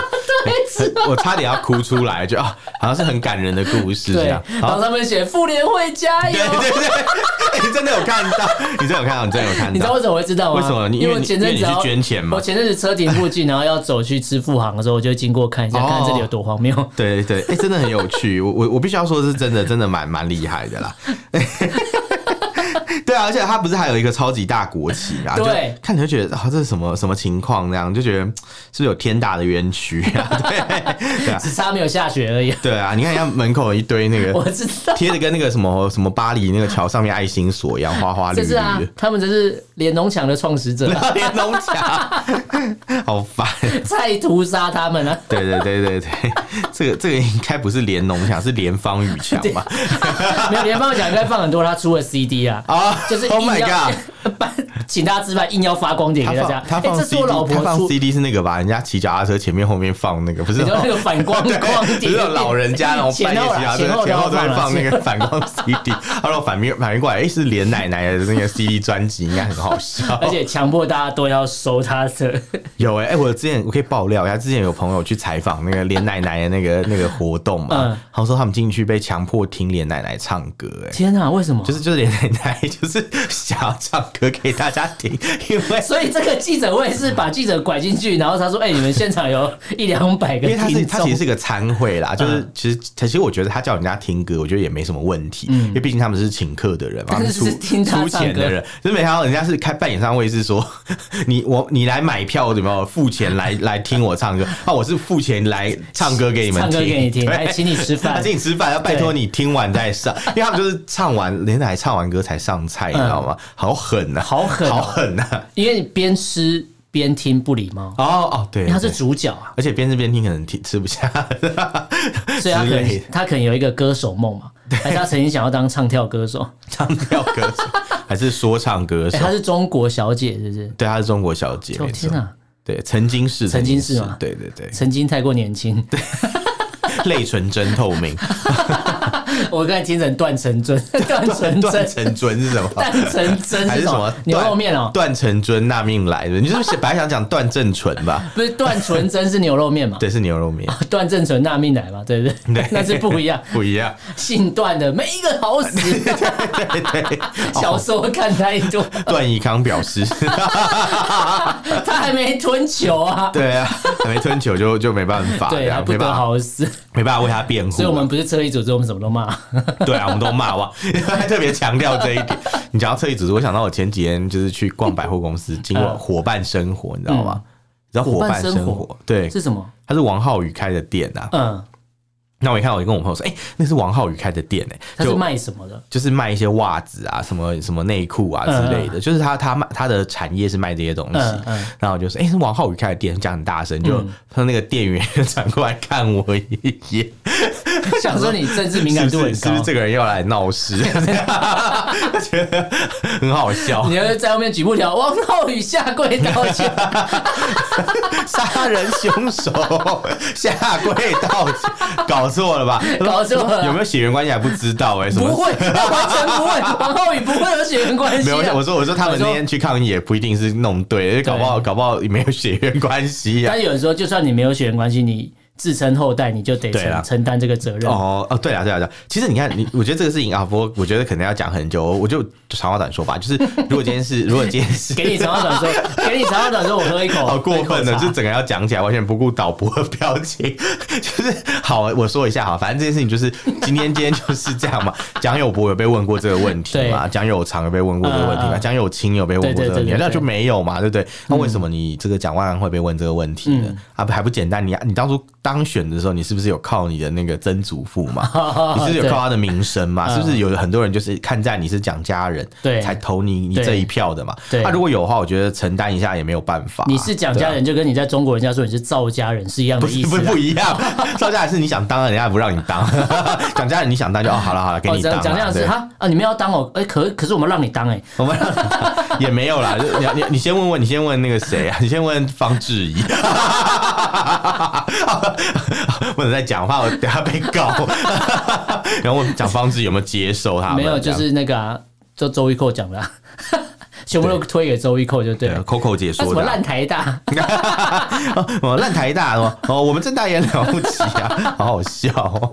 [SPEAKER 2] 我差点要哭出来，就啊，好像是很感人的故事这
[SPEAKER 1] 对，
[SPEAKER 2] 样。
[SPEAKER 1] 然
[SPEAKER 2] 好
[SPEAKER 1] 后上面写妇联会加油
[SPEAKER 2] 对。 对对，哎你真的有看到，你真的有看到，你真的有看到。
[SPEAKER 1] 你知道为什么我会知道吗？
[SPEAKER 2] 为什么你
[SPEAKER 1] 因为我
[SPEAKER 2] 因为你
[SPEAKER 1] 前阵子
[SPEAKER 2] 因为你
[SPEAKER 1] 要
[SPEAKER 2] 去捐钱嘛
[SPEAKER 1] 我前阵子车停附近，然后要走去支付行的时候，我就经过看一下，
[SPEAKER 2] 哦
[SPEAKER 1] 看这里有多荒谬。
[SPEAKER 2] 对对对，哎、真的很有趣。我我我必须要说，是真的，真的蛮蛮厉害的啦。 对啊，而且他不是还有一个超级大国旗啊？
[SPEAKER 1] 对
[SPEAKER 2] 就看你就觉得啊，这是什么什么情况？这样就觉得是不是有天大的冤屈啊？ 对对啊，
[SPEAKER 1] 只差没有下雪 而已。
[SPEAKER 2] 对啊，你看人家门口有一堆那
[SPEAKER 1] 我
[SPEAKER 2] 个
[SPEAKER 1] 知道，
[SPEAKER 2] 贴的跟那个什么什么巴黎那个桥上面爱心锁一样，花花绿
[SPEAKER 1] 这
[SPEAKER 2] 绿
[SPEAKER 1] 是啊
[SPEAKER 2] 的，，
[SPEAKER 1] 他们这是联农墙的创始者
[SPEAKER 2] 然后 连农墙， 好烦。
[SPEAKER 1] 在屠杀他们啊！
[SPEAKER 2] 对对对对对， 这个这个应该不是连农墙，是连方语墙吧？
[SPEAKER 1] 没有联邦奖应该放很多他出的 CD 啊，
[SPEAKER 2] 啊，
[SPEAKER 1] 就是硬
[SPEAKER 2] Oh my God！
[SPEAKER 1] 要 把请大家吃饭，硬要发光点
[SPEAKER 2] 他
[SPEAKER 1] 给大家
[SPEAKER 2] 放。他放
[SPEAKER 1] 哎
[SPEAKER 2] CD，
[SPEAKER 1] 这是我老婆
[SPEAKER 2] 他放
[SPEAKER 1] 出，
[SPEAKER 2] CD 是那个吧？人家骑脚踏车前面后面放那个，不是
[SPEAKER 1] 你知道那个反 光光
[SPEAKER 2] 只
[SPEAKER 1] 碟
[SPEAKER 2] 是，老人家，然后半
[SPEAKER 1] 前
[SPEAKER 2] 夜
[SPEAKER 1] 后啦
[SPEAKER 2] 骑脚踏车，
[SPEAKER 1] 前后
[SPEAKER 2] 前后
[SPEAKER 1] 都
[SPEAKER 2] 都
[SPEAKER 1] 要啊
[SPEAKER 2] 会
[SPEAKER 1] 啦
[SPEAKER 2] 放那个反光 CD，然后反面反应过来，哎，是连奶奶的那个 CD 专辑，应该很好笑
[SPEAKER 1] 而。且强迫大家都要收他 的。
[SPEAKER 2] 有哎、欸，我之前我可以爆料一下，之前有朋友去采访那个连奶奶的那个那个活动嘛
[SPEAKER 1] 嗯，
[SPEAKER 2] 他说他们进去被强迫听连奶奶唱歌、欸，哎。
[SPEAKER 1] 天啊，为什么？
[SPEAKER 2] 就是就是连奶奶就是想要唱歌给大家听，因为
[SPEAKER 1] 所以这个记者会是把记者拐进去，然后他说：“哎、你们现场 有一两百个
[SPEAKER 2] 因为它是
[SPEAKER 1] 听
[SPEAKER 2] 它其
[SPEAKER 1] 众嗯
[SPEAKER 2] 实，是个参会啦，就是其实其实我觉得他叫人家听歌，我觉得也没什么问题，因为毕竟他们是请客的人嘛，他
[SPEAKER 1] 但
[SPEAKER 2] 们
[SPEAKER 1] 是
[SPEAKER 2] 出
[SPEAKER 1] 是听嗯他
[SPEAKER 2] 出
[SPEAKER 1] 唱
[SPEAKER 2] 钱
[SPEAKER 1] 歌
[SPEAKER 2] 的人，就是没想到人家是开办演唱会，是说 你我你来买票有没有付钱来来听我唱歌？啊，我是付钱来唱歌给你们
[SPEAKER 1] 唱
[SPEAKER 2] 听，
[SPEAKER 1] 歌给你听，
[SPEAKER 2] 对
[SPEAKER 1] 还请你吃
[SPEAKER 2] 他
[SPEAKER 1] 饭。
[SPEAKER 2] 请你吃饭，要拜托你听完再上，因为他们就是唱完连奶唱完歌才上菜，你知道吗？好狠
[SPEAKER 1] 嗯
[SPEAKER 2] 啊，
[SPEAKER 1] 好狠哦
[SPEAKER 2] 好狠啊！
[SPEAKER 1] 因为你边吃边听不礼貌，
[SPEAKER 2] 哦哦，对，
[SPEAKER 1] 因为他是
[SPEAKER 2] 对
[SPEAKER 1] 主角啊，
[SPEAKER 2] 而且边吃边听，可能听吃不下，
[SPEAKER 1] 所以他可
[SPEAKER 2] 之类
[SPEAKER 1] 能
[SPEAKER 2] 的
[SPEAKER 1] 他可能有一个歌手梦嘛，还是他曾经想要当唱跳歌手？
[SPEAKER 2] 唱跳歌手 还是说唱歌手
[SPEAKER 1] 哎，？她是中国小姐，是不是？
[SPEAKER 2] 对，她是中国小姐，
[SPEAKER 1] 哦
[SPEAKER 2] 没错
[SPEAKER 1] 天。啊，
[SPEAKER 2] 对，曾经是，
[SPEAKER 1] 曾经是吗
[SPEAKER 2] 对对对，
[SPEAKER 1] 曾经太过年轻，
[SPEAKER 2] 泪唇真透明，
[SPEAKER 1] 我刚才听成段成 尊，段成
[SPEAKER 2] 段
[SPEAKER 1] 真，
[SPEAKER 2] 成尊是 什么？
[SPEAKER 1] 段成真
[SPEAKER 2] 还
[SPEAKER 1] 是
[SPEAKER 2] 是
[SPEAKER 1] 什
[SPEAKER 2] 什么
[SPEAKER 1] 么？牛肉面哦，
[SPEAKER 2] 段成尊那命来的，你 是不是本来想讲段正淳吧？
[SPEAKER 1] 不是段纯真是牛肉面嘛？哦
[SPEAKER 2] 对，是牛肉面，
[SPEAKER 1] 段正淳纳命来嘛，对不对？
[SPEAKER 2] 对
[SPEAKER 1] 那是不一样。
[SPEAKER 2] 不一样。
[SPEAKER 1] 姓段的每一个好死，
[SPEAKER 2] 对对，哦
[SPEAKER 1] 小时候看太多，
[SPEAKER 2] 段宜康表 示，
[SPEAKER 1] 他还没吞球啊，
[SPEAKER 2] 对啊，还 没吞球就就没办法，
[SPEAKER 1] 对，
[SPEAKER 2] 这
[SPEAKER 1] 他
[SPEAKER 2] 样
[SPEAKER 1] 不
[SPEAKER 2] 啊没
[SPEAKER 1] 得
[SPEAKER 2] 办法，
[SPEAKER 1] 好死，
[SPEAKER 2] 没办法为他辩护啊。
[SPEAKER 1] 所以我们不是车里组织，我们什么都骂。
[SPEAKER 2] 对啊，我们都骂哇，还特别强调这一点。你讲到特异组织，我想到我前几天就是去逛百货公司，经过伙伴生活，你知道嗯吗？你知道伙
[SPEAKER 1] 伙伴
[SPEAKER 2] 伴
[SPEAKER 1] 生
[SPEAKER 2] 生
[SPEAKER 1] 活
[SPEAKER 2] 活？对，
[SPEAKER 1] 是什么？
[SPEAKER 2] 它是王浩宇开的店啊。
[SPEAKER 1] 嗯，
[SPEAKER 2] 那我一看，我就跟我朋友说：“哎、那是王浩宇开的店哎、
[SPEAKER 1] 他
[SPEAKER 2] 就是
[SPEAKER 1] 卖什 么的？
[SPEAKER 2] 就是卖一些袜子啊、什么什么内裤啊之类的，就是他他卖他的产业是卖这些东西。
[SPEAKER 1] 嗯嗯
[SPEAKER 2] 然后我就说：“哎、是王浩宇开的店，讲很大声，就他那个店员 转过来看我一眼，
[SPEAKER 1] 想说你政治敏感度很
[SPEAKER 2] 是不是是
[SPEAKER 1] 高
[SPEAKER 2] 不是，这个人要来闹事？ 我觉得很好笑
[SPEAKER 1] 你，要在后面举布条，王浩宇下跪道歉。
[SPEAKER 2] 杀人凶手下跪道歉，搞错 了吧？
[SPEAKER 1] 搞错了
[SPEAKER 2] 有没有血缘关系还不知道 哎、什么
[SPEAKER 1] 不会，他完全不 会，王浩宇不会有血缘关系
[SPEAKER 2] 没
[SPEAKER 1] 啊。
[SPEAKER 2] 有，我说我说他们那天去抗议也不一定是弄对，搞不好搞不好也没有血缘关系啊呀、
[SPEAKER 1] 但有时候，就算你没有血缘关系，你自称后代，你就得
[SPEAKER 2] 对啦啊
[SPEAKER 1] 承承担这个责任。
[SPEAKER 2] 哦哦，对啊对啊对啊，其实你看，你我觉得这个事情啊，不过我觉得可能要讲很久，我就长话短说吧。就是如果今天是，如果今天 是，
[SPEAKER 1] 给你长话短 说，给你长话短说，我喝一口，
[SPEAKER 2] 好哦过分啊
[SPEAKER 1] 喝
[SPEAKER 2] 的，
[SPEAKER 1] 一口茶
[SPEAKER 2] 就整个要讲起来，完全不顾导播的表情。 就是好，我说一下哈，反正这件事情就是今天今天就是这样嘛。 蒋友柏有被问过这个问题嘛？
[SPEAKER 1] 对
[SPEAKER 2] 蒋友常有被问过这个问题嘛？
[SPEAKER 1] 嗯嗯
[SPEAKER 2] 蒋友清有被问过这
[SPEAKER 1] 对
[SPEAKER 2] 个问题
[SPEAKER 1] 对对对，对嗯
[SPEAKER 2] 那就没有嘛，对不对？那为什么你这个蒋万安会被问这个问题呢？啊，不还不简单？你你当初当选的时候，你是不是有靠你的那个曾祖父嘛？
[SPEAKER 1] 哦
[SPEAKER 2] 你是不是有靠啊他的名声嘛？
[SPEAKER 1] 对
[SPEAKER 2] 是不是有很多人就是看在你是蒋家人，
[SPEAKER 1] 嗯对
[SPEAKER 2] 才投你你
[SPEAKER 1] 对
[SPEAKER 2] 这一票的嘛？
[SPEAKER 1] 对
[SPEAKER 2] 那如果有的话，我觉得承担一下也没有办法啊。
[SPEAKER 1] 你是蒋
[SPEAKER 2] 对啊
[SPEAKER 1] 家人，就跟你在中国人家说你是赵家人是一样的
[SPEAKER 2] 不是
[SPEAKER 1] 意
[SPEAKER 2] 不
[SPEAKER 1] 思
[SPEAKER 2] 是
[SPEAKER 1] 啊。
[SPEAKER 2] 不一样， 赵家人是你想当，人家也不让你当； 蒋家人你想当就哦，好了好了，给
[SPEAKER 1] 哦，
[SPEAKER 2] 你
[SPEAKER 1] 讲
[SPEAKER 2] 当啦。
[SPEAKER 1] 讲这样子
[SPEAKER 2] 对
[SPEAKER 1] 哈啊，你们要当我哎，可可是我们让你当哎，
[SPEAKER 2] 我们 也没有啦， 就你你你先问问，你先问那个谁啊？你 先问方志怡。 不能再讲话，我等下被告。 然后我讲方志怡有没有接受他们？
[SPEAKER 1] 没有，
[SPEAKER 2] 这
[SPEAKER 1] 就
[SPEAKER 2] 样
[SPEAKER 1] 是那个啊，就周一蔻讲的啊，全部都推给周一蔻就对
[SPEAKER 2] 对
[SPEAKER 1] 了。
[SPEAKER 2] Coco 姐
[SPEAKER 1] 那什
[SPEAKER 2] 说
[SPEAKER 1] 么
[SPEAKER 2] 的啊、
[SPEAKER 1] 烂台大，
[SPEAKER 2] 哦，烂台大哦，哦，我们正大也了不起啊， 好好笑、哦。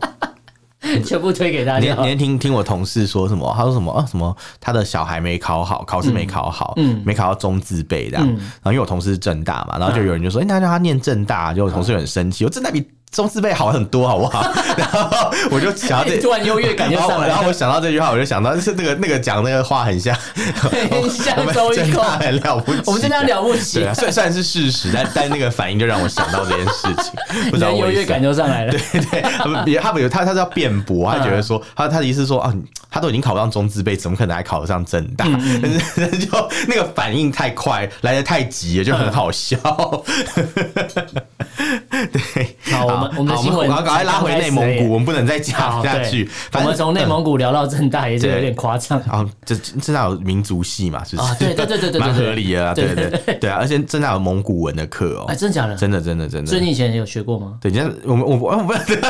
[SPEAKER 1] 全部推给大
[SPEAKER 2] 你
[SPEAKER 1] 家。
[SPEAKER 2] 你听听我同事说什么？他说什么啊？什么他的小孩没考好，考试没考好，没考到中字辈这样。
[SPEAKER 1] 嗯
[SPEAKER 2] 然后因为我同事是正大嘛，然后就有人就说：“哎、那让他念正大。”就我同事就很生气，我正大比中字辈好很多，好 不好？然后我就想到
[SPEAKER 1] 哎
[SPEAKER 2] 这。
[SPEAKER 1] 突然优越感就
[SPEAKER 2] 然后
[SPEAKER 1] 上
[SPEAKER 2] 我，
[SPEAKER 1] 来
[SPEAKER 2] 然后我
[SPEAKER 1] 了，
[SPEAKER 2] 想到这句话，我就想到是那个那个讲那个话很像，
[SPEAKER 1] 很
[SPEAKER 2] 我
[SPEAKER 1] 像
[SPEAKER 2] 们
[SPEAKER 1] 周一
[SPEAKER 2] 正
[SPEAKER 1] 蔻，
[SPEAKER 2] 大很了不起，
[SPEAKER 1] 我们真的了不
[SPEAKER 2] 对
[SPEAKER 1] 起
[SPEAKER 2] 啊，，虽虽然是事实，但但那个反应就让我想到这件事情，
[SPEAKER 1] 你
[SPEAKER 2] 不知道
[SPEAKER 1] 的优
[SPEAKER 2] 为
[SPEAKER 1] 越
[SPEAKER 2] 什么
[SPEAKER 1] 感。就上来了。
[SPEAKER 2] 对对，他们别他们有他他是要辩驳，他觉
[SPEAKER 1] 嗯
[SPEAKER 2] 得说他他的意思是说啊，你他都已经考上中字辈，怎么可能还考得上正
[SPEAKER 1] 嗯
[SPEAKER 2] 大？但是就那个反应太快，来的太急了，就很好笑。对，
[SPEAKER 1] 好我们
[SPEAKER 2] 好
[SPEAKER 1] 我们的
[SPEAKER 2] 好
[SPEAKER 1] 新闻
[SPEAKER 2] 我们赶快拉回内蒙
[SPEAKER 1] 刚开始而
[SPEAKER 2] 古，
[SPEAKER 1] 已
[SPEAKER 2] 我们不能再讲
[SPEAKER 1] 哎好
[SPEAKER 2] 下
[SPEAKER 1] 对
[SPEAKER 2] 去。
[SPEAKER 1] 我
[SPEAKER 2] 反正
[SPEAKER 1] 们从内。蒙古聊到正大也是有点夸张。
[SPEAKER 2] 然后这正大有民族系嘛，是不是？
[SPEAKER 1] 啊对对对对对对
[SPEAKER 2] 蛮合理的啊，
[SPEAKER 1] 对
[SPEAKER 2] 对
[SPEAKER 1] 对
[SPEAKER 2] 对对啊！而且正大有蒙古文的课哦
[SPEAKER 1] 哎，，真假的？
[SPEAKER 2] 真的真的真的。
[SPEAKER 1] 所以你以前有学过吗？
[SPEAKER 2] 对，人家我们我我我不， 人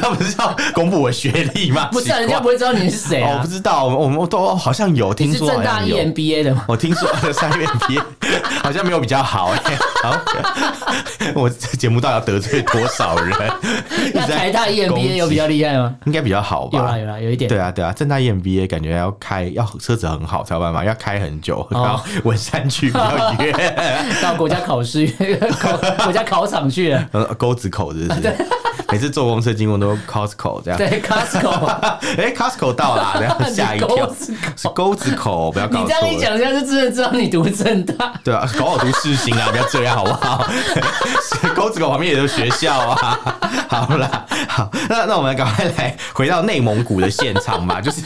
[SPEAKER 2] 家不是要公布我学历吗？
[SPEAKER 1] 不是啊，人家不会知道你是谁
[SPEAKER 2] 哦，我
[SPEAKER 1] 啊
[SPEAKER 2] 不。知道，我们我都哦好像有
[SPEAKER 1] 你
[SPEAKER 2] 听
[SPEAKER 1] 是
[SPEAKER 2] 说，
[SPEAKER 1] 正
[SPEAKER 2] 好
[SPEAKER 1] 大 E
[SPEAKER 2] 像有。
[SPEAKER 1] EMBA 的吗？
[SPEAKER 2] 我听说呃三月 毕业好像没有比较好哎、好， 我这节目到底要得罪多少人？ 一
[SPEAKER 1] 那
[SPEAKER 2] 直在
[SPEAKER 1] 台大 E
[SPEAKER 2] 攻
[SPEAKER 1] EMBA
[SPEAKER 2] 击
[SPEAKER 1] 有比较厉害吗？
[SPEAKER 2] 应该比较好
[SPEAKER 1] 有啦
[SPEAKER 2] 吧？
[SPEAKER 1] 有啦，有一点。
[SPEAKER 2] 对啊对啊，正大 EMBA 感觉要开要车子很好才有办法，要开很
[SPEAKER 1] 哦
[SPEAKER 2] 久，然后文山区比较 远。
[SPEAKER 1] 到国家考试 考国家考场去了。
[SPEAKER 2] 呃，沟子口是不是？每次坐公车经过都 Costco 这样。
[SPEAKER 1] 对 Costco，
[SPEAKER 2] 哎、c o s t c o 到啦，然后吓一
[SPEAKER 1] 你沟
[SPEAKER 2] 跳
[SPEAKER 1] 子，
[SPEAKER 2] 是沟子口，不要
[SPEAKER 1] 你
[SPEAKER 2] 搞
[SPEAKER 1] 这样
[SPEAKER 2] 错
[SPEAKER 1] 一
[SPEAKER 2] 了。
[SPEAKER 1] 讲，下就真的知道你读正大。
[SPEAKER 2] 对啊，搞好读世新 啊，不要这样好不好？ 沟子口旁边也有学校啊。 好啦，好，那那我们赶快来回到内蒙古的现场吧，就是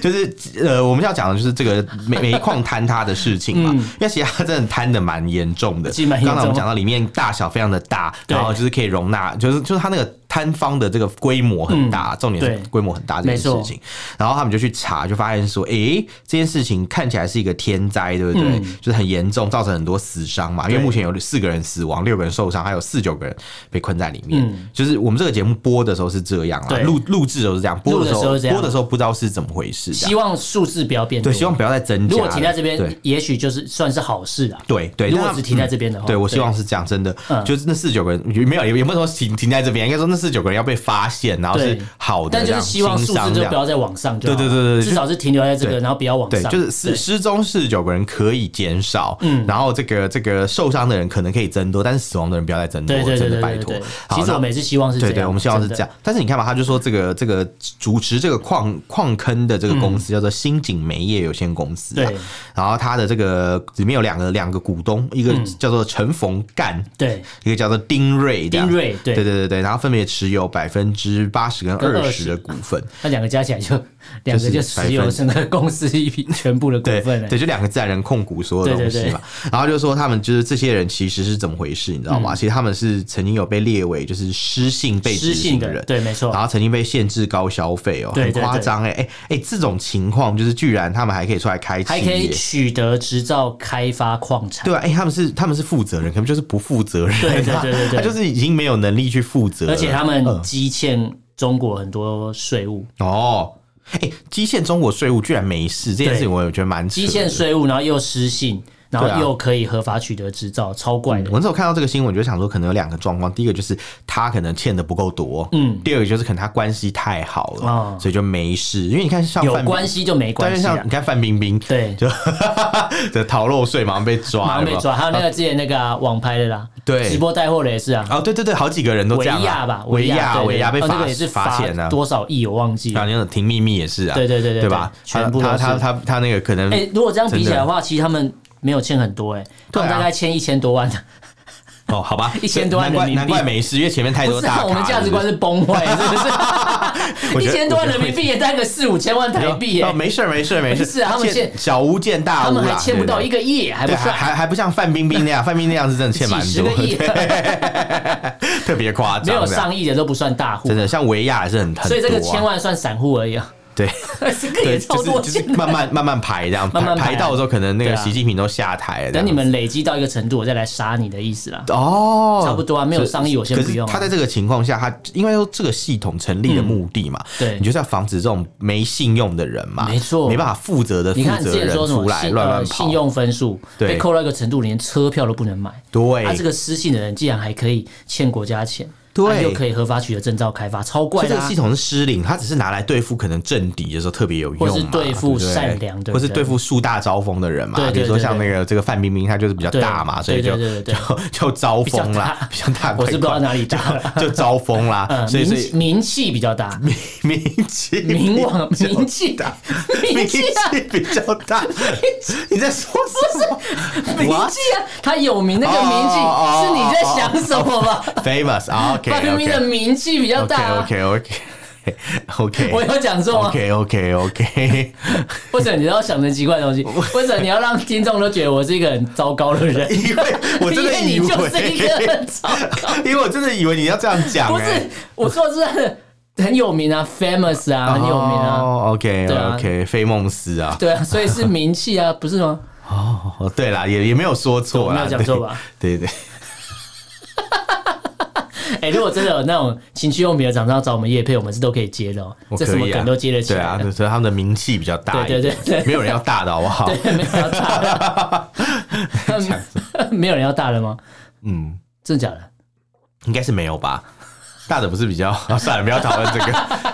[SPEAKER 2] 就是呃，我们要讲的就是这个煤煤矿坍塌的事情嘛，因为其实它真的坍的蛮严重的。
[SPEAKER 1] 嗯其实蛮严
[SPEAKER 2] 刚才我们
[SPEAKER 1] 重
[SPEAKER 2] 讲到里面大小非常的大，
[SPEAKER 1] 对
[SPEAKER 2] 然后就是可以容纳，就是就是它那个摊方的这个规模很大，重点
[SPEAKER 1] 嗯对
[SPEAKER 2] 是规模很大这件
[SPEAKER 1] 没错
[SPEAKER 2] 事情。然后他们就去查，就发现说，诶、这件事情看起来是一个天灾，对不对？
[SPEAKER 1] 嗯
[SPEAKER 2] 就是很严重，造成很多死伤嘛。因为
[SPEAKER 1] 对
[SPEAKER 2] 目前有四个人死亡，六个人受伤，还有四九个人被困在里面。
[SPEAKER 1] 嗯
[SPEAKER 2] 就是我们这个节目播的时候是这样啊，
[SPEAKER 1] 对
[SPEAKER 2] 录录制的时候是这样，播
[SPEAKER 1] 录
[SPEAKER 2] 的
[SPEAKER 1] 的
[SPEAKER 2] 时
[SPEAKER 1] 时
[SPEAKER 2] 候
[SPEAKER 1] 候是这样
[SPEAKER 2] 播的时候不知道是怎么回事这样。
[SPEAKER 1] 希望数字不要变多。
[SPEAKER 2] 对，希望不要再增加
[SPEAKER 1] 如
[SPEAKER 2] 了。
[SPEAKER 1] 果停在这
[SPEAKER 2] 对
[SPEAKER 1] 边，也许就是算是好事啊。
[SPEAKER 2] 对对，
[SPEAKER 1] 如果
[SPEAKER 2] 那
[SPEAKER 1] 只停在这边的
[SPEAKER 2] 嗯
[SPEAKER 1] 话
[SPEAKER 2] 对我
[SPEAKER 1] 哦对
[SPEAKER 2] 希望是这样，真的，
[SPEAKER 1] 嗯
[SPEAKER 2] 就是那四九个人也没有也也不是说停停在这边，应该说那四九个人要被发现，然后是
[SPEAKER 1] 对
[SPEAKER 2] 好的这
[SPEAKER 1] 但
[SPEAKER 2] 样，
[SPEAKER 1] 就是希望
[SPEAKER 2] 轻
[SPEAKER 1] 数
[SPEAKER 2] 伤
[SPEAKER 1] 字
[SPEAKER 2] 这
[SPEAKER 1] 就
[SPEAKER 2] 样
[SPEAKER 1] 不要再往上就好了
[SPEAKER 2] 对对对对对
[SPEAKER 1] 至少是停留在这个，
[SPEAKER 2] 对
[SPEAKER 1] 然后不要往
[SPEAKER 2] 对，
[SPEAKER 1] 上。
[SPEAKER 2] 就是失
[SPEAKER 1] 对
[SPEAKER 2] 失踪四十九个人可以减少，嗯，然后这个这个受伤的人可能可以增多，但是死亡的人不要再增多，
[SPEAKER 1] 对对对
[SPEAKER 2] 真
[SPEAKER 1] 对
[SPEAKER 2] 的拜
[SPEAKER 1] 对
[SPEAKER 2] 托
[SPEAKER 1] 对。
[SPEAKER 2] 好
[SPEAKER 1] 其实
[SPEAKER 2] 那
[SPEAKER 1] 我们也是希望是这
[SPEAKER 2] 对
[SPEAKER 1] 样，
[SPEAKER 2] 对，我们希望是
[SPEAKER 1] 真的
[SPEAKER 2] 这样。但是你看嘛，他就说这个这个主持这个矿矿坑的这个公司叫做新景煤业有限公司、啊，
[SPEAKER 1] 嗯对
[SPEAKER 2] 然后它的这个里面有两个两个股东，一个叫做陈逢干，
[SPEAKER 1] 嗯对
[SPEAKER 2] 一个叫做丁瑞这样，
[SPEAKER 1] 丁瑞对
[SPEAKER 2] 对对对对，然后分别持有百分之八十跟
[SPEAKER 1] 跟
[SPEAKER 2] 二
[SPEAKER 1] 20
[SPEAKER 2] 十的股 份，
[SPEAKER 1] 那两个加起来就两个就持有整个公司一批全部的股
[SPEAKER 2] 对
[SPEAKER 1] 份了。
[SPEAKER 2] 对，就两个自然人控股所有
[SPEAKER 1] 对
[SPEAKER 2] 东
[SPEAKER 1] 对
[SPEAKER 2] 西
[SPEAKER 1] 欸对嗯
[SPEAKER 2] 嘛。然后就说他们就是这些人其实是怎么回事，你知道吗？其实他们是曾经有被列为就是失信被
[SPEAKER 1] 失
[SPEAKER 2] 执
[SPEAKER 1] 信
[SPEAKER 2] 行
[SPEAKER 1] 的
[SPEAKER 2] 人。
[SPEAKER 1] 对，没错
[SPEAKER 2] 然。后曾经被限制高消费哦，
[SPEAKER 1] 对
[SPEAKER 2] 很
[SPEAKER 1] 对
[SPEAKER 2] 夸
[SPEAKER 1] 对
[SPEAKER 2] 张哎哎哎，这种情况就是居然他们还可以出来开企
[SPEAKER 1] 还可以
[SPEAKER 2] 业，
[SPEAKER 1] 取得执照开发矿产，
[SPEAKER 2] 对啊，哎、他们是他们是负责人，可能就是不负责任，啊
[SPEAKER 1] 对对对对对
[SPEAKER 2] 他就是已经没有能力去负责了，
[SPEAKER 1] 而且他们
[SPEAKER 2] 嗯
[SPEAKER 1] 积欠中国很多税务，
[SPEAKER 2] 哦，哎、基线中国税务居然没事，这件事情我也觉得蛮扯
[SPEAKER 1] 积
[SPEAKER 2] 的
[SPEAKER 1] 欠税务，然后又失信，然
[SPEAKER 2] 对
[SPEAKER 1] 后
[SPEAKER 2] 啊嗯
[SPEAKER 1] 又可以合法取得执照，超怪的。
[SPEAKER 2] 我那时候看到这个新闻，我就想说，可能有两个状况。第一个就是他可能欠的不够多，嗯；第二个就是可能他关系太好了，
[SPEAKER 1] 哦
[SPEAKER 2] 所以就没事。因为你看像
[SPEAKER 1] 有
[SPEAKER 2] 范冰
[SPEAKER 1] 关，系就没
[SPEAKER 2] 但
[SPEAKER 1] 关
[SPEAKER 2] 是
[SPEAKER 1] 系
[SPEAKER 2] 像
[SPEAKER 1] 啊
[SPEAKER 2] 你。看范冰冰，
[SPEAKER 1] 对，
[SPEAKER 2] 就这逃漏税马上被抓，
[SPEAKER 1] 马上被
[SPEAKER 2] 有没有
[SPEAKER 1] 抓。还有那个之前那个啊网拍的啦，
[SPEAKER 2] 对
[SPEAKER 1] 直播带货的也是啊，
[SPEAKER 2] 哦，对对对，好几个人都
[SPEAKER 1] 维
[SPEAKER 2] 这样、啊，
[SPEAKER 1] 亚吧，
[SPEAKER 2] 维
[SPEAKER 1] 亚，
[SPEAKER 2] 亚
[SPEAKER 1] 对
[SPEAKER 2] 维亚
[SPEAKER 1] 对哦
[SPEAKER 2] 被罚、
[SPEAKER 1] 那个也是
[SPEAKER 2] 罚钱啊，
[SPEAKER 1] 多少亿我忘记
[SPEAKER 2] 然
[SPEAKER 1] 了。
[SPEAKER 2] 后那种听秘密也是啊，
[SPEAKER 1] 对对对对
[SPEAKER 2] 对吧？
[SPEAKER 1] 对
[SPEAKER 2] 他
[SPEAKER 1] 全部都
[SPEAKER 2] 他
[SPEAKER 1] 是
[SPEAKER 2] 他他他那个可能，
[SPEAKER 1] 哎，如果这样比起来
[SPEAKER 2] 真
[SPEAKER 1] 的话，其实他们没有欠很多，哎，他
[SPEAKER 2] 对啊
[SPEAKER 1] 们大概欠一千多万。
[SPEAKER 2] 哦，好吧，
[SPEAKER 1] 一千多万
[SPEAKER 2] 难怪
[SPEAKER 1] 人民币
[SPEAKER 2] 难怪没事，因为前面太
[SPEAKER 1] 不
[SPEAKER 2] 多
[SPEAKER 1] 是
[SPEAKER 2] 哎大
[SPEAKER 1] 啊，
[SPEAKER 2] 咖，
[SPEAKER 1] 我们价值观
[SPEAKER 2] 是
[SPEAKER 1] 是崩坏，是
[SPEAKER 2] 我
[SPEAKER 1] 不是？一
[SPEAKER 2] 觉得
[SPEAKER 1] 千多万人民币也带个四五千万
[SPEAKER 2] 不是
[SPEAKER 1] 台币耶
[SPEAKER 2] 哦，，没事儿没事儿没事儿，
[SPEAKER 1] 不是啊他们欠
[SPEAKER 2] 小巫见大
[SPEAKER 1] 他
[SPEAKER 2] 巫
[SPEAKER 1] 们
[SPEAKER 2] 啦，
[SPEAKER 1] 还欠不到
[SPEAKER 2] 对
[SPEAKER 1] 一个亿，还
[SPEAKER 2] 对
[SPEAKER 1] 不
[SPEAKER 2] 对
[SPEAKER 1] 算
[SPEAKER 2] 还还还不像范冰冰 那样，范冰冰那样是真的欠蛮
[SPEAKER 1] 几十
[SPEAKER 2] 多
[SPEAKER 1] 个，亿，
[SPEAKER 2] 特别夸张，
[SPEAKER 1] 没有
[SPEAKER 2] 这样
[SPEAKER 1] 上亿的都不算大户
[SPEAKER 2] 真，的像维亚也是很很多啊，
[SPEAKER 1] 所以这个千万算散户而已啊，
[SPEAKER 2] 对。
[SPEAKER 1] 这个
[SPEAKER 2] 对，
[SPEAKER 1] 也
[SPEAKER 2] 就
[SPEAKER 1] 超
[SPEAKER 2] 是
[SPEAKER 1] 多
[SPEAKER 2] 就是
[SPEAKER 1] 钱。
[SPEAKER 2] 慢慢慢慢排这样，
[SPEAKER 1] 慢慢
[SPEAKER 2] 排
[SPEAKER 1] 排
[SPEAKER 2] 排到的时候，可能那个
[SPEAKER 1] 对啊
[SPEAKER 2] 习近平都下台了。这
[SPEAKER 1] 等
[SPEAKER 2] 样
[SPEAKER 1] 你们累积到一个程度，我再来杀你的意思啦。
[SPEAKER 2] 哦，
[SPEAKER 1] 差不多啊没有
[SPEAKER 2] 是
[SPEAKER 1] 上亿我先
[SPEAKER 2] 可
[SPEAKER 1] 不
[SPEAKER 2] 是
[SPEAKER 1] 用啊
[SPEAKER 2] 他在这个情况下，他因为说这个系统成立的目的嘛，
[SPEAKER 1] 嗯对
[SPEAKER 2] 你就是要防止这种没信用的人嘛，
[SPEAKER 1] 没错
[SPEAKER 2] 没办法负责的负
[SPEAKER 1] 你看之
[SPEAKER 2] 责
[SPEAKER 1] 前
[SPEAKER 2] 人
[SPEAKER 1] 说什
[SPEAKER 2] 出
[SPEAKER 1] 么
[SPEAKER 2] 来
[SPEAKER 1] 信
[SPEAKER 2] 乱乱
[SPEAKER 1] 呃
[SPEAKER 2] 跑，
[SPEAKER 1] 信用分数
[SPEAKER 2] 对
[SPEAKER 1] 被扣到一个程度，连车票都不能买。
[SPEAKER 2] 对
[SPEAKER 1] 他、这个失信的人竟然还可以欠国家钱，
[SPEAKER 2] 对
[SPEAKER 1] 他又可以合法取得证照开发，超
[SPEAKER 2] 所
[SPEAKER 1] 怪
[SPEAKER 2] 以这
[SPEAKER 1] 的、
[SPEAKER 2] 个
[SPEAKER 1] 啊
[SPEAKER 2] 系。统是失灵，它只是拿来对付可能政敌的时候特别有用嘛，
[SPEAKER 1] 或是对付
[SPEAKER 2] 不对
[SPEAKER 1] 善良的人
[SPEAKER 2] 或是对付树大招风的人嘛。
[SPEAKER 1] 对对
[SPEAKER 2] 比如说
[SPEAKER 1] 对对
[SPEAKER 2] 像那个这个范冰冰，她就是比较大嘛，
[SPEAKER 1] 对
[SPEAKER 2] 所以就
[SPEAKER 1] 对对对对
[SPEAKER 2] 就就招风啦，比较大块块，
[SPEAKER 1] 我是不知道哪里大，
[SPEAKER 2] 就招风 啦，
[SPEAKER 1] 呃，
[SPEAKER 2] 所以所以
[SPEAKER 1] 名名气比较大，
[SPEAKER 2] 名气
[SPEAKER 1] 名望
[SPEAKER 2] 比较
[SPEAKER 1] 名气
[SPEAKER 2] 大，
[SPEAKER 1] 名
[SPEAKER 2] 名
[SPEAKER 1] 气
[SPEAKER 2] 气
[SPEAKER 1] 啊，
[SPEAKER 2] 比较大。你在说什么
[SPEAKER 1] 名气啊，他有名那个名气，
[SPEAKER 2] 哦哦哦
[SPEAKER 1] 是你在想什么吧？
[SPEAKER 2] ？Famous 啊，OK
[SPEAKER 1] 范冰冰的
[SPEAKER 2] OK
[SPEAKER 1] 名气比较大、
[SPEAKER 2] OK
[SPEAKER 1] 啊。
[SPEAKER 2] OK OK OK，
[SPEAKER 1] 我啊有讲错吗
[SPEAKER 2] OK OK OK，
[SPEAKER 1] 为什么你要想成奇怪的东西？ 为什么你要让听众都觉得我是一个很糟糕的人？
[SPEAKER 2] 因为 我真的以
[SPEAKER 1] 因为你就是一个
[SPEAKER 2] 为，
[SPEAKER 1] 很糟糕。
[SPEAKER 2] 因为我真的以为你要这样讲，
[SPEAKER 1] 不是
[SPEAKER 2] 哎，
[SPEAKER 1] 我说的是很有名啊，famous 啊，很有名啊，
[SPEAKER 2] 哦，OK
[SPEAKER 1] 对啊
[SPEAKER 2] OK，菲梦斯啊，
[SPEAKER 1] 对啊，所以是名气啊，不是 吗？
[SPEAKER 2] 哦，对啦，也也没有说错啦，
[SPEAKER 1] 没有讲错吧
[SPEAKER 2] 对？对对，
[SPEAKER 1] 哎、如果真的有那种情趣用品的厂商找我们叶配，我们是都可以接的、哦，
[SPEAKER 2] 我
[SPEAKER 1] 这什
[SPEAKER 2] 可
[SPEAKER 1] 么
[SPEAKER 2] 以啊
[SPEAKER 1] 梗都接得起
[SPEAKER 2] 对
[SPEAKER 1] 来
[SPEAKER 2] 啊，
[SPEAKER 1] 的。
[SPEAKER 2] 所以他们的名气比较大一点，
[SPEAKER 1] 对对对对
[SPEAKER 2] 没有人要大的好不好？
[SPEAKER 1] 对，没有要大了， 没有人要大了吗？
[SPEAKER 2] 嗯，
[SPEAKER 1] 真的假的？
[SPEAKER 2] 应该是没有吧。大的不是比较、啊算了，不要讨论这个。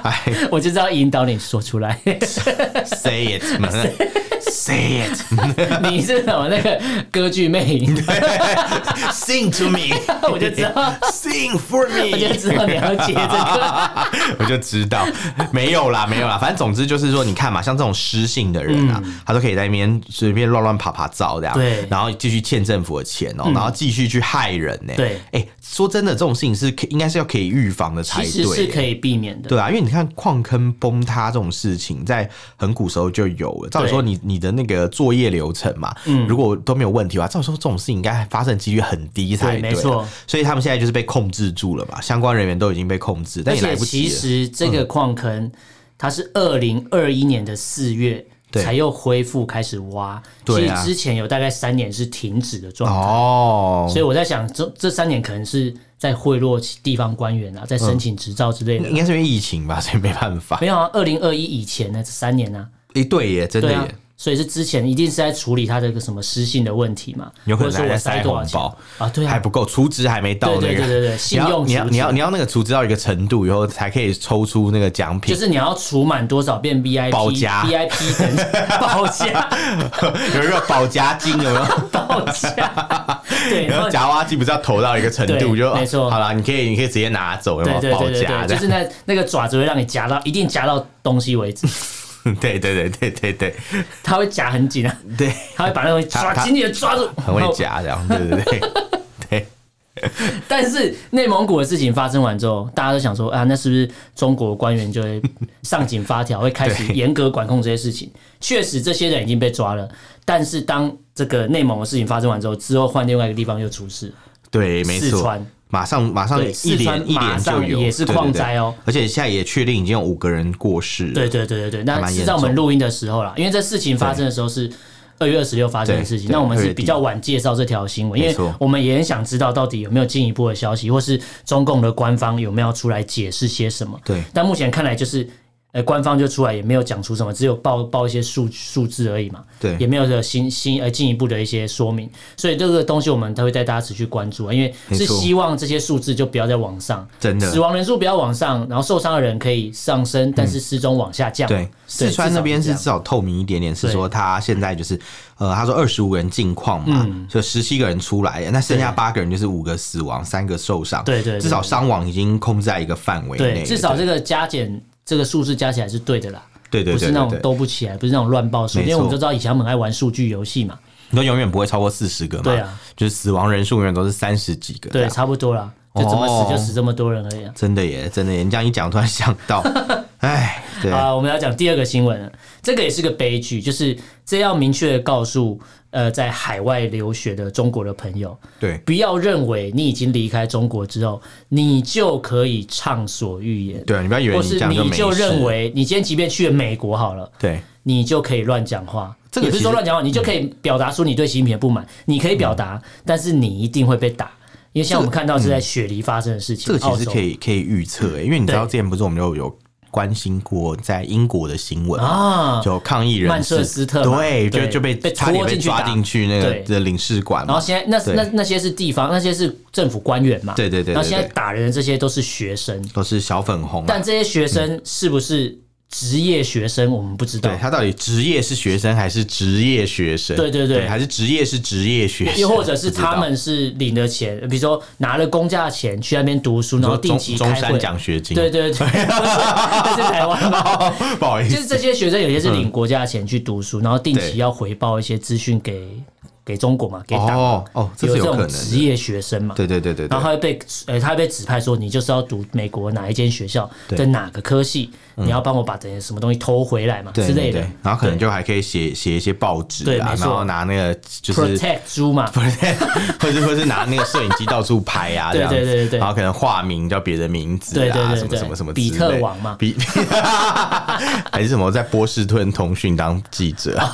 [SPEAKER 2] 哎
[SPEAKER 1] 我就是要引导你说出来。
[SPEAKER 2] ，say it，say it，sing
[SPEAKER 1] 你是什么那个歌剧魅影？
[SPEAKER 2] to me，sing
[SPEAKER 1] 我就知道，
[SPEAKER 2] for
[SPEAKER 1] 我就
[SPEAKER 2] me。
[SPEAKER 1] 知道你要接这个。
[SPEAKER 2] 我就知道没有啦，没有啦，反正总之就是说，你看嘛，像这种失信的人啊，他都可以在那边随便乱乱爬爬照这样，
[SPEAKER 1] 嗯对嗯
[SPEAKER 2] 然后继续欠政府的钱哦、然后继续去害人呢、
[SPEAKER 1] 对
[SPEAKER 2] 哎、说真的，这种事情是可应该是要可以预防的才
[SPEAKER 1] 其
[SPEAKER 2] 对、
[SPEAKER 1] 实是可以避免的。
[SPEAKER 2] 对啊，因为你看矿坑崩塌这种事情，在很古时候就有了。照理说你，你的那个作业流程嘛，
[SPEAKER 1] 嗯
[SPEAKER 2] 如果都没有问题的话，照理说这种事情应该发生几率很低才
[SPEAKER 1] 对
[SPEAKER 2] 对啊。
[SPEAKER 1] 没错
[SPEAKER 2] 所以他们现在就是被控制住了嘛，相关人员都已经被控制，但
[SPEAKER 1] 而
[SPEAKER 2] 也来
[SPEAKER 1] 且
[SPEAKER 2] 不
[SPEAKER 1] 其
[SPEAKER 2] 及了。
[SPEAKER 1] 实这个矿坑，它是二零二一年的四月
[SPEAKER 2] 嗯对
[SPEAKER 1] 才又恢复开始挖，
[SPEAKER 2] 对啊
[SPEAKER 1] 其实之前有大概三年是停止的状态。
[SPEAKER 2] 哦，
[SPEAKER 1] 所以我在想，这这三年可能是在贿赂地方官员啊，在申请执照之类的。
[SPEAKER 2] 应该是因为疫情吧，所以没办法。
[SPEAKER 1] 没有啊，二零二一以前呢，这三年啊，
[SPEAKER 2] 诶，对耶，真的
[SPEAKER 1] 对
[SPEAKER 2] 耶，
[SPEAKER 1] 啊，所以是之前一定是在处理他的一个什么失信的问题嘛，
[SPEAKER 2] 有可
[SPEAKER 1] 或
[SPEAKER 2] 能
[SPEAKER 1] 者说我
[SPEAKER 2] 还在
[SPEAKER 1] 塞
[SPEAKER 2] 塞
[SPEAKER 1] 多少钱
[SPEAKER 2] 红
[SPEAKER 1] 啊？对
[SPEAKER 2] 还
[SPEAKER 1] 啊，
[SPEAKER 2] 不够，储值还没到那个。
[SPEAKER 1] 对对对对对
[SPEAKER 2] 你
[SPEAKER 1] 信
[SPEAKER 2] 要
[SPEAKER 1] 用
[SPEAKER 2] 你要
[SPEAKER 1] 储值
[SPEAKER 2] 你要你要那个储值到一个程度以后，才可以抽出那个奖品
[SPEAKER 1] 就。是你要储满多少变 VIP
[SPEAKER 2] 包夹
[SPEAKER 1] VIP 等报价
[SPEAKER 2] 有一个保夹金，有没有？
[SPEAKER 1] 报 价，对，
[SPEAKER 2] 然
[SPEAKER 1] 然
[SPEAKER 2] 后
[SPEAKER 1] 后
[SPEAKER 2] 夹娃娃机不是要投到一个程度
[SPEAKER 1] 对
[SPEAKER 2] 就哦
[SPEAKER 1] 没错
[SPEAKER 2] 好了，你可以你可以直接拿走，有没
[SPEAKER 1] 对
[SPEAKER 2] 有
[SPEAKER 1] 对
[SPEAKER 2] 保
[SPEAKER 1] 对
[SPEAKER 2] 夹
[SPEAKER 1] 对对，
[SPEAKER 2] 这
[SPEAKER 1] 就
[SPEAKER 2] 样
[SPEAKER 1] 是那那个爪子会让你夹到一定夹到东西为止，
[SPEAKER 2] 对对对对对对
[SPEAKER 1] 它会夹很紧啊，
[SPEAKER 2] 对，
[SPEAKER 1] 它会把那东西抓
[SPEAKER 2] 它它
[SPEAKER 1] 紧紧的抓住，
[SPEAKER 2] 很
[SPEAKER 1] 然
[SPEAKER 2] 会
[SPEAKER 1] 后
[SPEAKER 2] 夹这样，对对对对。
[SPEAKER 1] 但是内蒙古的事情发生完之后，大家都想说啊，那是不是中国官员就会上紧发条，会开始
[SPEAKER 2] 对
[SPEAKER 1] 严格管控这些事情？确实，这些人已经被抓了。但是当这个内蒙的事情发生完之后，之后换另外一个地方又出事，
[SPEAKER 2] 对，没
[SPEAKER 1] 四
[SPEAKER 2] 错，
[SPEAKER 1] 川，
[SPEAKER 2] 马上马上
[SPEAKER 1] 对，
[SPEAKER 2] 一
[SPEAKER 1] 四川
[SPEAKER 2] 连一
[SPEAKER 1] 马
[SPEAKER 2] 连就
[SPEAKER 1] 上
[SPEAKER 2] 有，
[SPEAKER 1] 也是
[SPEAKER 2] 对
[SPEAKER 1] 矿，灾
[SPEAKER 2] 对对
[SPEAKER 1] 哦。
[SPEAKER 2] 而且现在也确定已经有五个人过世了，
[SPEAKER 1] 对对对对对，
[SPEAKER 2] 还
[SPEAKER 1] 那
[SPEAKER 2] 蛮
[SPEAKER 1] 是
[SPEAKER 2] 严
[SPEAKER 1] 在我们
[SPEAKER 2] 重
[SPEAKER 1] 录音的时候啦，因为这事情发生的时候是二月二十六发生的事情，
[SPEAKER 2] 对
[SPEAKER 1] 那我们
[SPEAKER 2] 对
[SPEAKER 1] 是比较晚介绍这条新闻，因
[SPEAKER 2] 没
[SPEAKER 1] 为
[SPEAKER 2] 错
[SPEAKER 1] 我们也很想知道到底有没有进一步的消息，或是中共的官方有没有出来解释些什么。
[SPEAKER 2] 对
[SPEAKER 1] 但目前看来就是。呃，官方就出来也没有讲出什么，只有报报一些数数字而已嘛，
[SPEAKER 2] 对
[SPEAKER 1] 也没有的新新呃进一步的一些说明，所以这个东西我们都会带大家持续关注啊，因为是
[SPEAKER 2] 没错
[SPEAKER 1] 希望这些数字就不要再往上，
[SPEAKER 2] 真的嗯
[SPEAKER 1] 死亡人数不要往上，然后受伤的人可以上升，但是失踪往下降。
[SPEAKER 2] 对，四川那边
[SPEAKER 1] 至
[SPEAKER 2] 是
[SPEAKER 1] 少
[SPEAKER 2] 至
[SPEAKER 1] 这样
[SPEAKER 2] 少透明一点点，是说他现在就是，呃，他说二十五人境况嘛，
[SPEAKER 1] 嗯
[SPEAKER 2] 就十七个人出来，那剩下八个人就是五个死亡，三个受伤，
[SPEAKER 1] 对对对
[SPEAKER 2] 至少伤亡已经控制在一个范围内
[SPEAKER 1] 对，
[SPEAKER 2] 了，
[SPEAKER 1] 至少
[SPEAKER 2] 对
[SPEAKER 1] 这个加减这个数字加起来是对的啦，
[SPEAKER 2] 对对
[SPEAKER 1] 不
[SPEAKER 2] 对
[SPEAKER 1] 是那种
[SPEAKER 2] 对对，
[SPEAKER 1] 兜不起来，不是那种乱报数，
[SPEAKER 2] 没
[SPEAKER 1] 因
[SPEAKER 2] 错
[SPEAKER 1] 为我们都知道以前我们很爱玩数据游戏嘛，
[SPEAKER 2] 你说永远不会超过四十个嘛，
[SPEAKER 1] 对啊，
[SPEAKER 2] 就是死亡人数永远都是三十几个，
[SPEAKER 1] 对，，差不多啦，就怎么死就
[SPEAKER 2] 哦
[SPEAKER 1] 死这么多人而已啊。
[SPEAKER 2] 真的耶，真的耶，你这样一讲，突然想 到，哎，对，
[SPEAKER 1] 啊，我们要讲第二个新闻了，这个也是个悲剧，就是这要明确的告诉呃在海外留学的中国的朋友，
[SPEAKER 2] 对，
[SPEAKER 1] 不要认为你已经离开中国之后，你就可以畅所欲言。
[SPEAKER 2] 对，你不要以为
[SPEAKER 1] 或
[SPEAKER 2] 你这
[SPEAKER 1] 是
[SPEAKER 2] 样就
[SPEAKER 1] 你
[SPEAKER 2] 没事，
[SPEAKER 1] 就认为你今天即便去了美国好了，
[SPEAKER 2] 对，
[SPEAKER 1] 你就可以乱讲话，
[SPEAKER 2] 这个
[SPEAKER 1] 也不是说
[SPEAKER 2] 其实嗯
[SPEAKER 1] 乱讲话，你就可以表达出你对习近平的不满，你可以表达，但是你一定会被打，因为像我们看到是在雪梨发生的事情，
[SPEAKER 2] 嗯这个其实可
[SPEAKER 1] 以
[SPEAKER 2] 以可以预测、欸，因为你知道
[SPEAKER 1] 哦对
[SPEAKER 2] 之前不是我们就有关心过在英国的新闻嘛
[SPEAKER 1] 啊。
[SPEAKER 2] 就抗议人
[SPEAKER 1] 曼彻
[SPEAKER 2] 士，
[SPEAKER 1] 斯特嘛
[SPEAKER 2] 对，就
[SPEAKER 1] 对
[SPEAKER 2] 就被
[SPEAKER 1] 被
[SPEAKER 2] 差点
[SPEAKER 1] 拖
[SPEAKER 2] 被
[SPEAKER 1] 进去
[SPEAKER 2] 抓
[SPEAKER 1] 打
[SPEAKER 2] 进去那个
[SPEAKER 1] 对
[SPEAKER 2] 的领事馆
[SPEAKER 1] 然后
[SPEAKER 2] 嘛，
[SPEAKER 1] 现在那
[SPEAKER 2] 对
[SPEAKER 1] 那那些是地方，那些是政府官员嘛，
[SPEAKER 2] 对对对对
[SPEAKER 1] 然后现在
[SPEAKER 2] 对
[SPEAKER 1] 打人的这些都是学生，
[SPEAKER 2] 都是小粉红、啊
[SPEAKER 1] 但。这些学生是不是职业学生，我们不知道
[SPEAKER 2] 对。他到底职业是学生还是职业学生？
[SPEAKER 1] 哦对对对
[SPEAKER 2] 还是职业是职业学生？
[SPEAKER 1] 又或者是
[SPEAKER 2] 不知道
[SPEAKER 1] 他们是领了钱，比如说拿了公家的钱去那边读书，
[SPEAKER 2] 你
[SPEAKER 1] 然后
[SPEAKER 2] 说
[SPEAKER 1] 定
[SPEAKER 2] 中
[SPEAKER 1] 期
[SPEAKER 2] 中
[SPEAKER 1] 开
[SPEAKER 2] 山
[SPEAKER 1] 会。
[SPEAKER 2] 奖学金，
[SPEAKER 1] 对对对，不是这是台湾 吧？
[SPEAKER 2] 哦， 不好意
[SPEAKER 1] 就
[SPEAKER 2] 思，
[SPEAKER 1] 是这些学生有些是领国家的钱去读书，然后定
[SPEAKER 2] 嗯对
[SPEAKER 1] 期要回报一些资讯给给中国嘛，给党嘛。
[SPEAKER 2] 哦哦，这
[SPEAKER 1] 有
[SPEAKER 2] 是
[SPEAKER 1] 这
[SPEAKER 2] 可
[SPEAKER 1] 种
[SPEAKER 2] 能
[SPEAKER 1] 职
[SPEAKER 2] 的。
[SPEAKER 1] 业学生嘛，
[SPEAKER 2] 对对对对对
[SPEAKER 1] 然后，他会被呃，他会被指派说你就是要读美国哪一间学校的哪个科系，你要帮我把这些什么东西偷回来嘛
[SPEAKER 2] 嗯对
[SPEAKER 1] 之类的
[SPEAKER 2] 对对。然后可能就还可以写写一些报纸
[SPEAKER 1] 对
[SPEAKER 2] 啊，
[SPEAKER 1] 没
[SPEAKER 2] 然
[SPEAKER 1] 错
[SPEAKER 2] 后拿那个就是
[SPEAKER 1] protect 猪嘛，
[SPEAKER 2] 不是， 或是或是拿那个摄影机到处拍啊，这
[SPEAKER 1] 对
[SPEAKER 2] 样子，
[SPEAKER 1] 对对对对
[SPEAKER 2] 然后可能化名叫别的名字
[SPEAKER 1] 对对
[SPEAKER 2] 啊，
[SPEAKER 1] 对
[SPEAKER 2] 什么
[SPEAKER 1] 对
[SPEAKER 2] 什么什么之
[SPEAKER 1] 比
[SPEAKER 2] 类，
[SPEAKER 1] 特王嘛
[SPEAKER 2] 比还是什么在波士顿通讯当记者啊，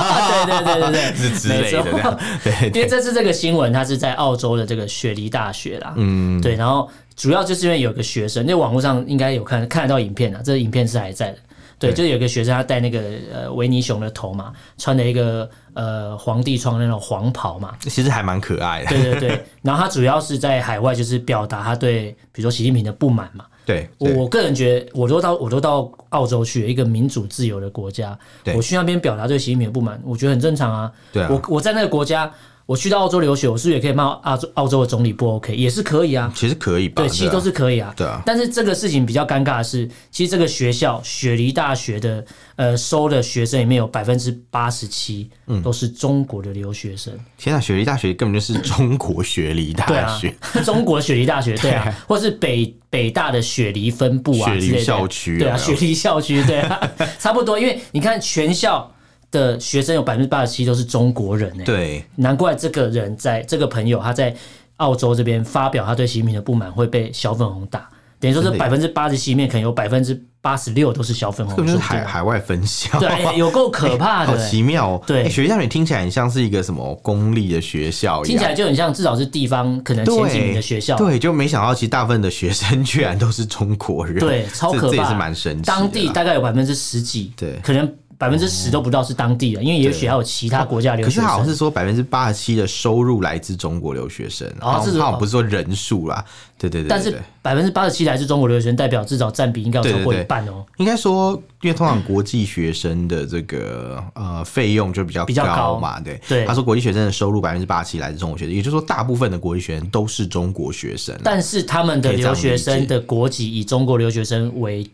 [SPEAKER 1] 对对对对对，
[SPEAKER 2] 是之类的
[SPEAKER 1] 没
[SPEAKER 2] 这
[SPEAKER 1] 错
[SPEAKER 2] 样，对
[SPEAKER 1] 因为
[SPEAKER 2] 对
[SPEAKER 1] 这次这个新闻，它是在澳洲的这个雪梨大学啦，嗯，对，然后主要就是因为有个学生，那网络上应该有看看得到影片啊，这影片是还在的。对，
[SPEAKER 2] 对
[SPEAKER 1] 就有个学生，他戴那个呃维尼熊的头嘛，穿了一个呃皇帝穿的那种黄袍嘛，
[SPEAKER 2] 其实还蛮可爱的，
[SPEAKER 1] 对对 对。然后他主要是在海外，就是表达他对比如说习近平的不满嘛。
[SPEAKER 2] 对
[SPEAKER 1] 我
[SPEAKER 2] 对
[SPEAKER 1] 我个人觉得，我都到我都到澳洲去，一个民主自由的国家
[SPEAKER 2] 对，
[SPEAKER 1] 我去那边表达对习近平的不满，我觉得很正常啊。
[SPEAKER 2] 对啊
[SPEAKER 1] 我我在那个国家，我去到澳洲留学，我是不是也可以骂澳洲澳洲的总理不 OK，也是可以啊。
[SPEAKER 2] 其实可以吧，
[SPEAKER 1] 对，其实
[SPEAKER 2] 啊
[SPEAKER 1] 都是可以啊。
[SPEAKER 2] 对啊
[SPEAKER 1] 但是这个事情比较尴尬的是，其实这个学校雪梨大学的呃收的学生里面有百分之八十七
[SPEAKER 2] 嗯
[SPEAKER 1] 都是中国的留学生。
[SPEAKER 2] 天啊呐，雪梨大学根本就是中国雪梨
[SPEAKER 1] 对
[SPEAKER 2] 大
[SPEAKER 1] 啊
[SPEAKER 2] 学，
[SPEAKER 1] 中国雪梨大学对啊，或是北北大的雪梨分部啊
[SPEAKER 2] 雪
[SPEAKER 1] 之
[SPEAKER 2] 梨
[SPEAKER 1] 类的，
[SPEAKER 2] 校区
[SPEAKER 1] 对啊，
[SPEAKER 2] 有没
[SPEAKER 1] 雪
[SPEAKER 2] 有
[SPEAKER 1] 梨校区对啊， 差不多，因为你看全校的学生有百分之八十七都是中国人哎、
[SPEAKER 2] 对
[SPEAKER 1] 难怪这个人在这个朋友他在澳洲这边发表他对习近平的不满会被小粉红打，等于说这
[SPEAKER 2] 真的
[SPEAKER 1] 百
[SPEAKER 2] 耶
[SPEAKER 1] 分之八十七里面可能有百分之八十六都是小粉红，
[SPEAKER 2] 根本就是
[SPEAKER 1] 说不定
[SPEAKER 2] 海海外分校，
[SPEAKER 1] 对、哎有够可怕的、
[SPEAKER 2] 好
[SPEAKER 1] 哎
[SPEAKER 2] 奇妙哦。
[SPEAKER 1] 对
[SPEAKER 2] 哎雪梨大学听起来很像是一个什么公立的学校一
[SPEAKER 1] 听起
[SPEAKER 2] 样。
[SPEAKER 1] 来就很像，至少是地方可能前几名的学校，
[SPEAKER 2] 对，就没想到其实大部分的学生 居然都是中国 人，
[SPEAKER 1] 对，超
[SPEAKER 2] 这
[SPEAKER 1] 可怕，
[SPEAKER 2] 这也是蛮神奇的啦。
[SPEAKER 1] 当地大概有百分之十几，
[SPEAKER 2] 对哦
[SPEAKER 1] 可能百分之十都不到是当地人，因为也许还有其他国家留
[SPEAKER 2] 可
[SPEAKER 1] 学
[SPEAKER 2] 是
[SPEAKER 1] 生。
[SPEAKER 2] 好像是说百分之八十七的收入来自中国留学生，
[SPEAKER 1] 哦
[SPEAKER 2] 好
[SPEAKER 1] 这
[SPEAKER 2] 像
[SPEAKER 1] 种
[SPEAKER 2] 好像不是说人数啦，对对对
[SPEAKER 1] 但
[SPEAKER 2] 对
[SPEAKER 1] 是
[SPEAKER 2] 对。
[SPEAKER 1] 百分之八十七来自中国留学生，代表至少占比应该有超过一半哦、
[SPEAKER 2] 应该说，因为通常国际学生的这个呃费用就比较
[SPEAKER 1] 比较
[SPEAKER 2] 高
[SPEAKER 1] 高
[SPEAKER 2] 嘛，对。
[SPEAKER 1] 对
[SPEAKER 2] 他说国际学生的收入百分之八十七来自中国学生，也就是说大部分的国际学生都是中国学生啦，
[SPEAKER 1] 但是他们的留学生的国籍以中国留学生为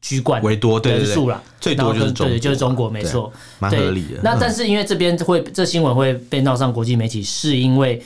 [SPEAKER 1] 居冠
[SPEAKER 2] 为多对
[SPEAKER 1] 人
[SPEAKER 2] 对
[SPEAKER 1] 数
[SPEAKER 2] 对，
[SPEAKER 1] 啦，
[SPEAKER 2] 最
[SPEAKER 1] 然
[SPEAKER 2] 多
[SPEAKER 1] 后
[SPEAKER 2] 就是
[SPEAKER 1] 跟
[SPEAKER 2] 中
[SPEAKER 1] 对，就是
[SPEAKER 2] 国
[SPEAKER 1] 中国
[SPEAKER 2] 嘛
[SPEAKER 1] 没
[SPEAKER 2] 对
[SPEAKER 1] 错。
[SPEAKER 2] 蛮
[SPEAKER 1] 对，
[SPEAKER 2] 合理的。
[SPEAKER 1] 那
[SPEAKER 2] 嗯
[SPEAKER 1] 但是因为这边会这新闻会被闹上国际媒体，是因为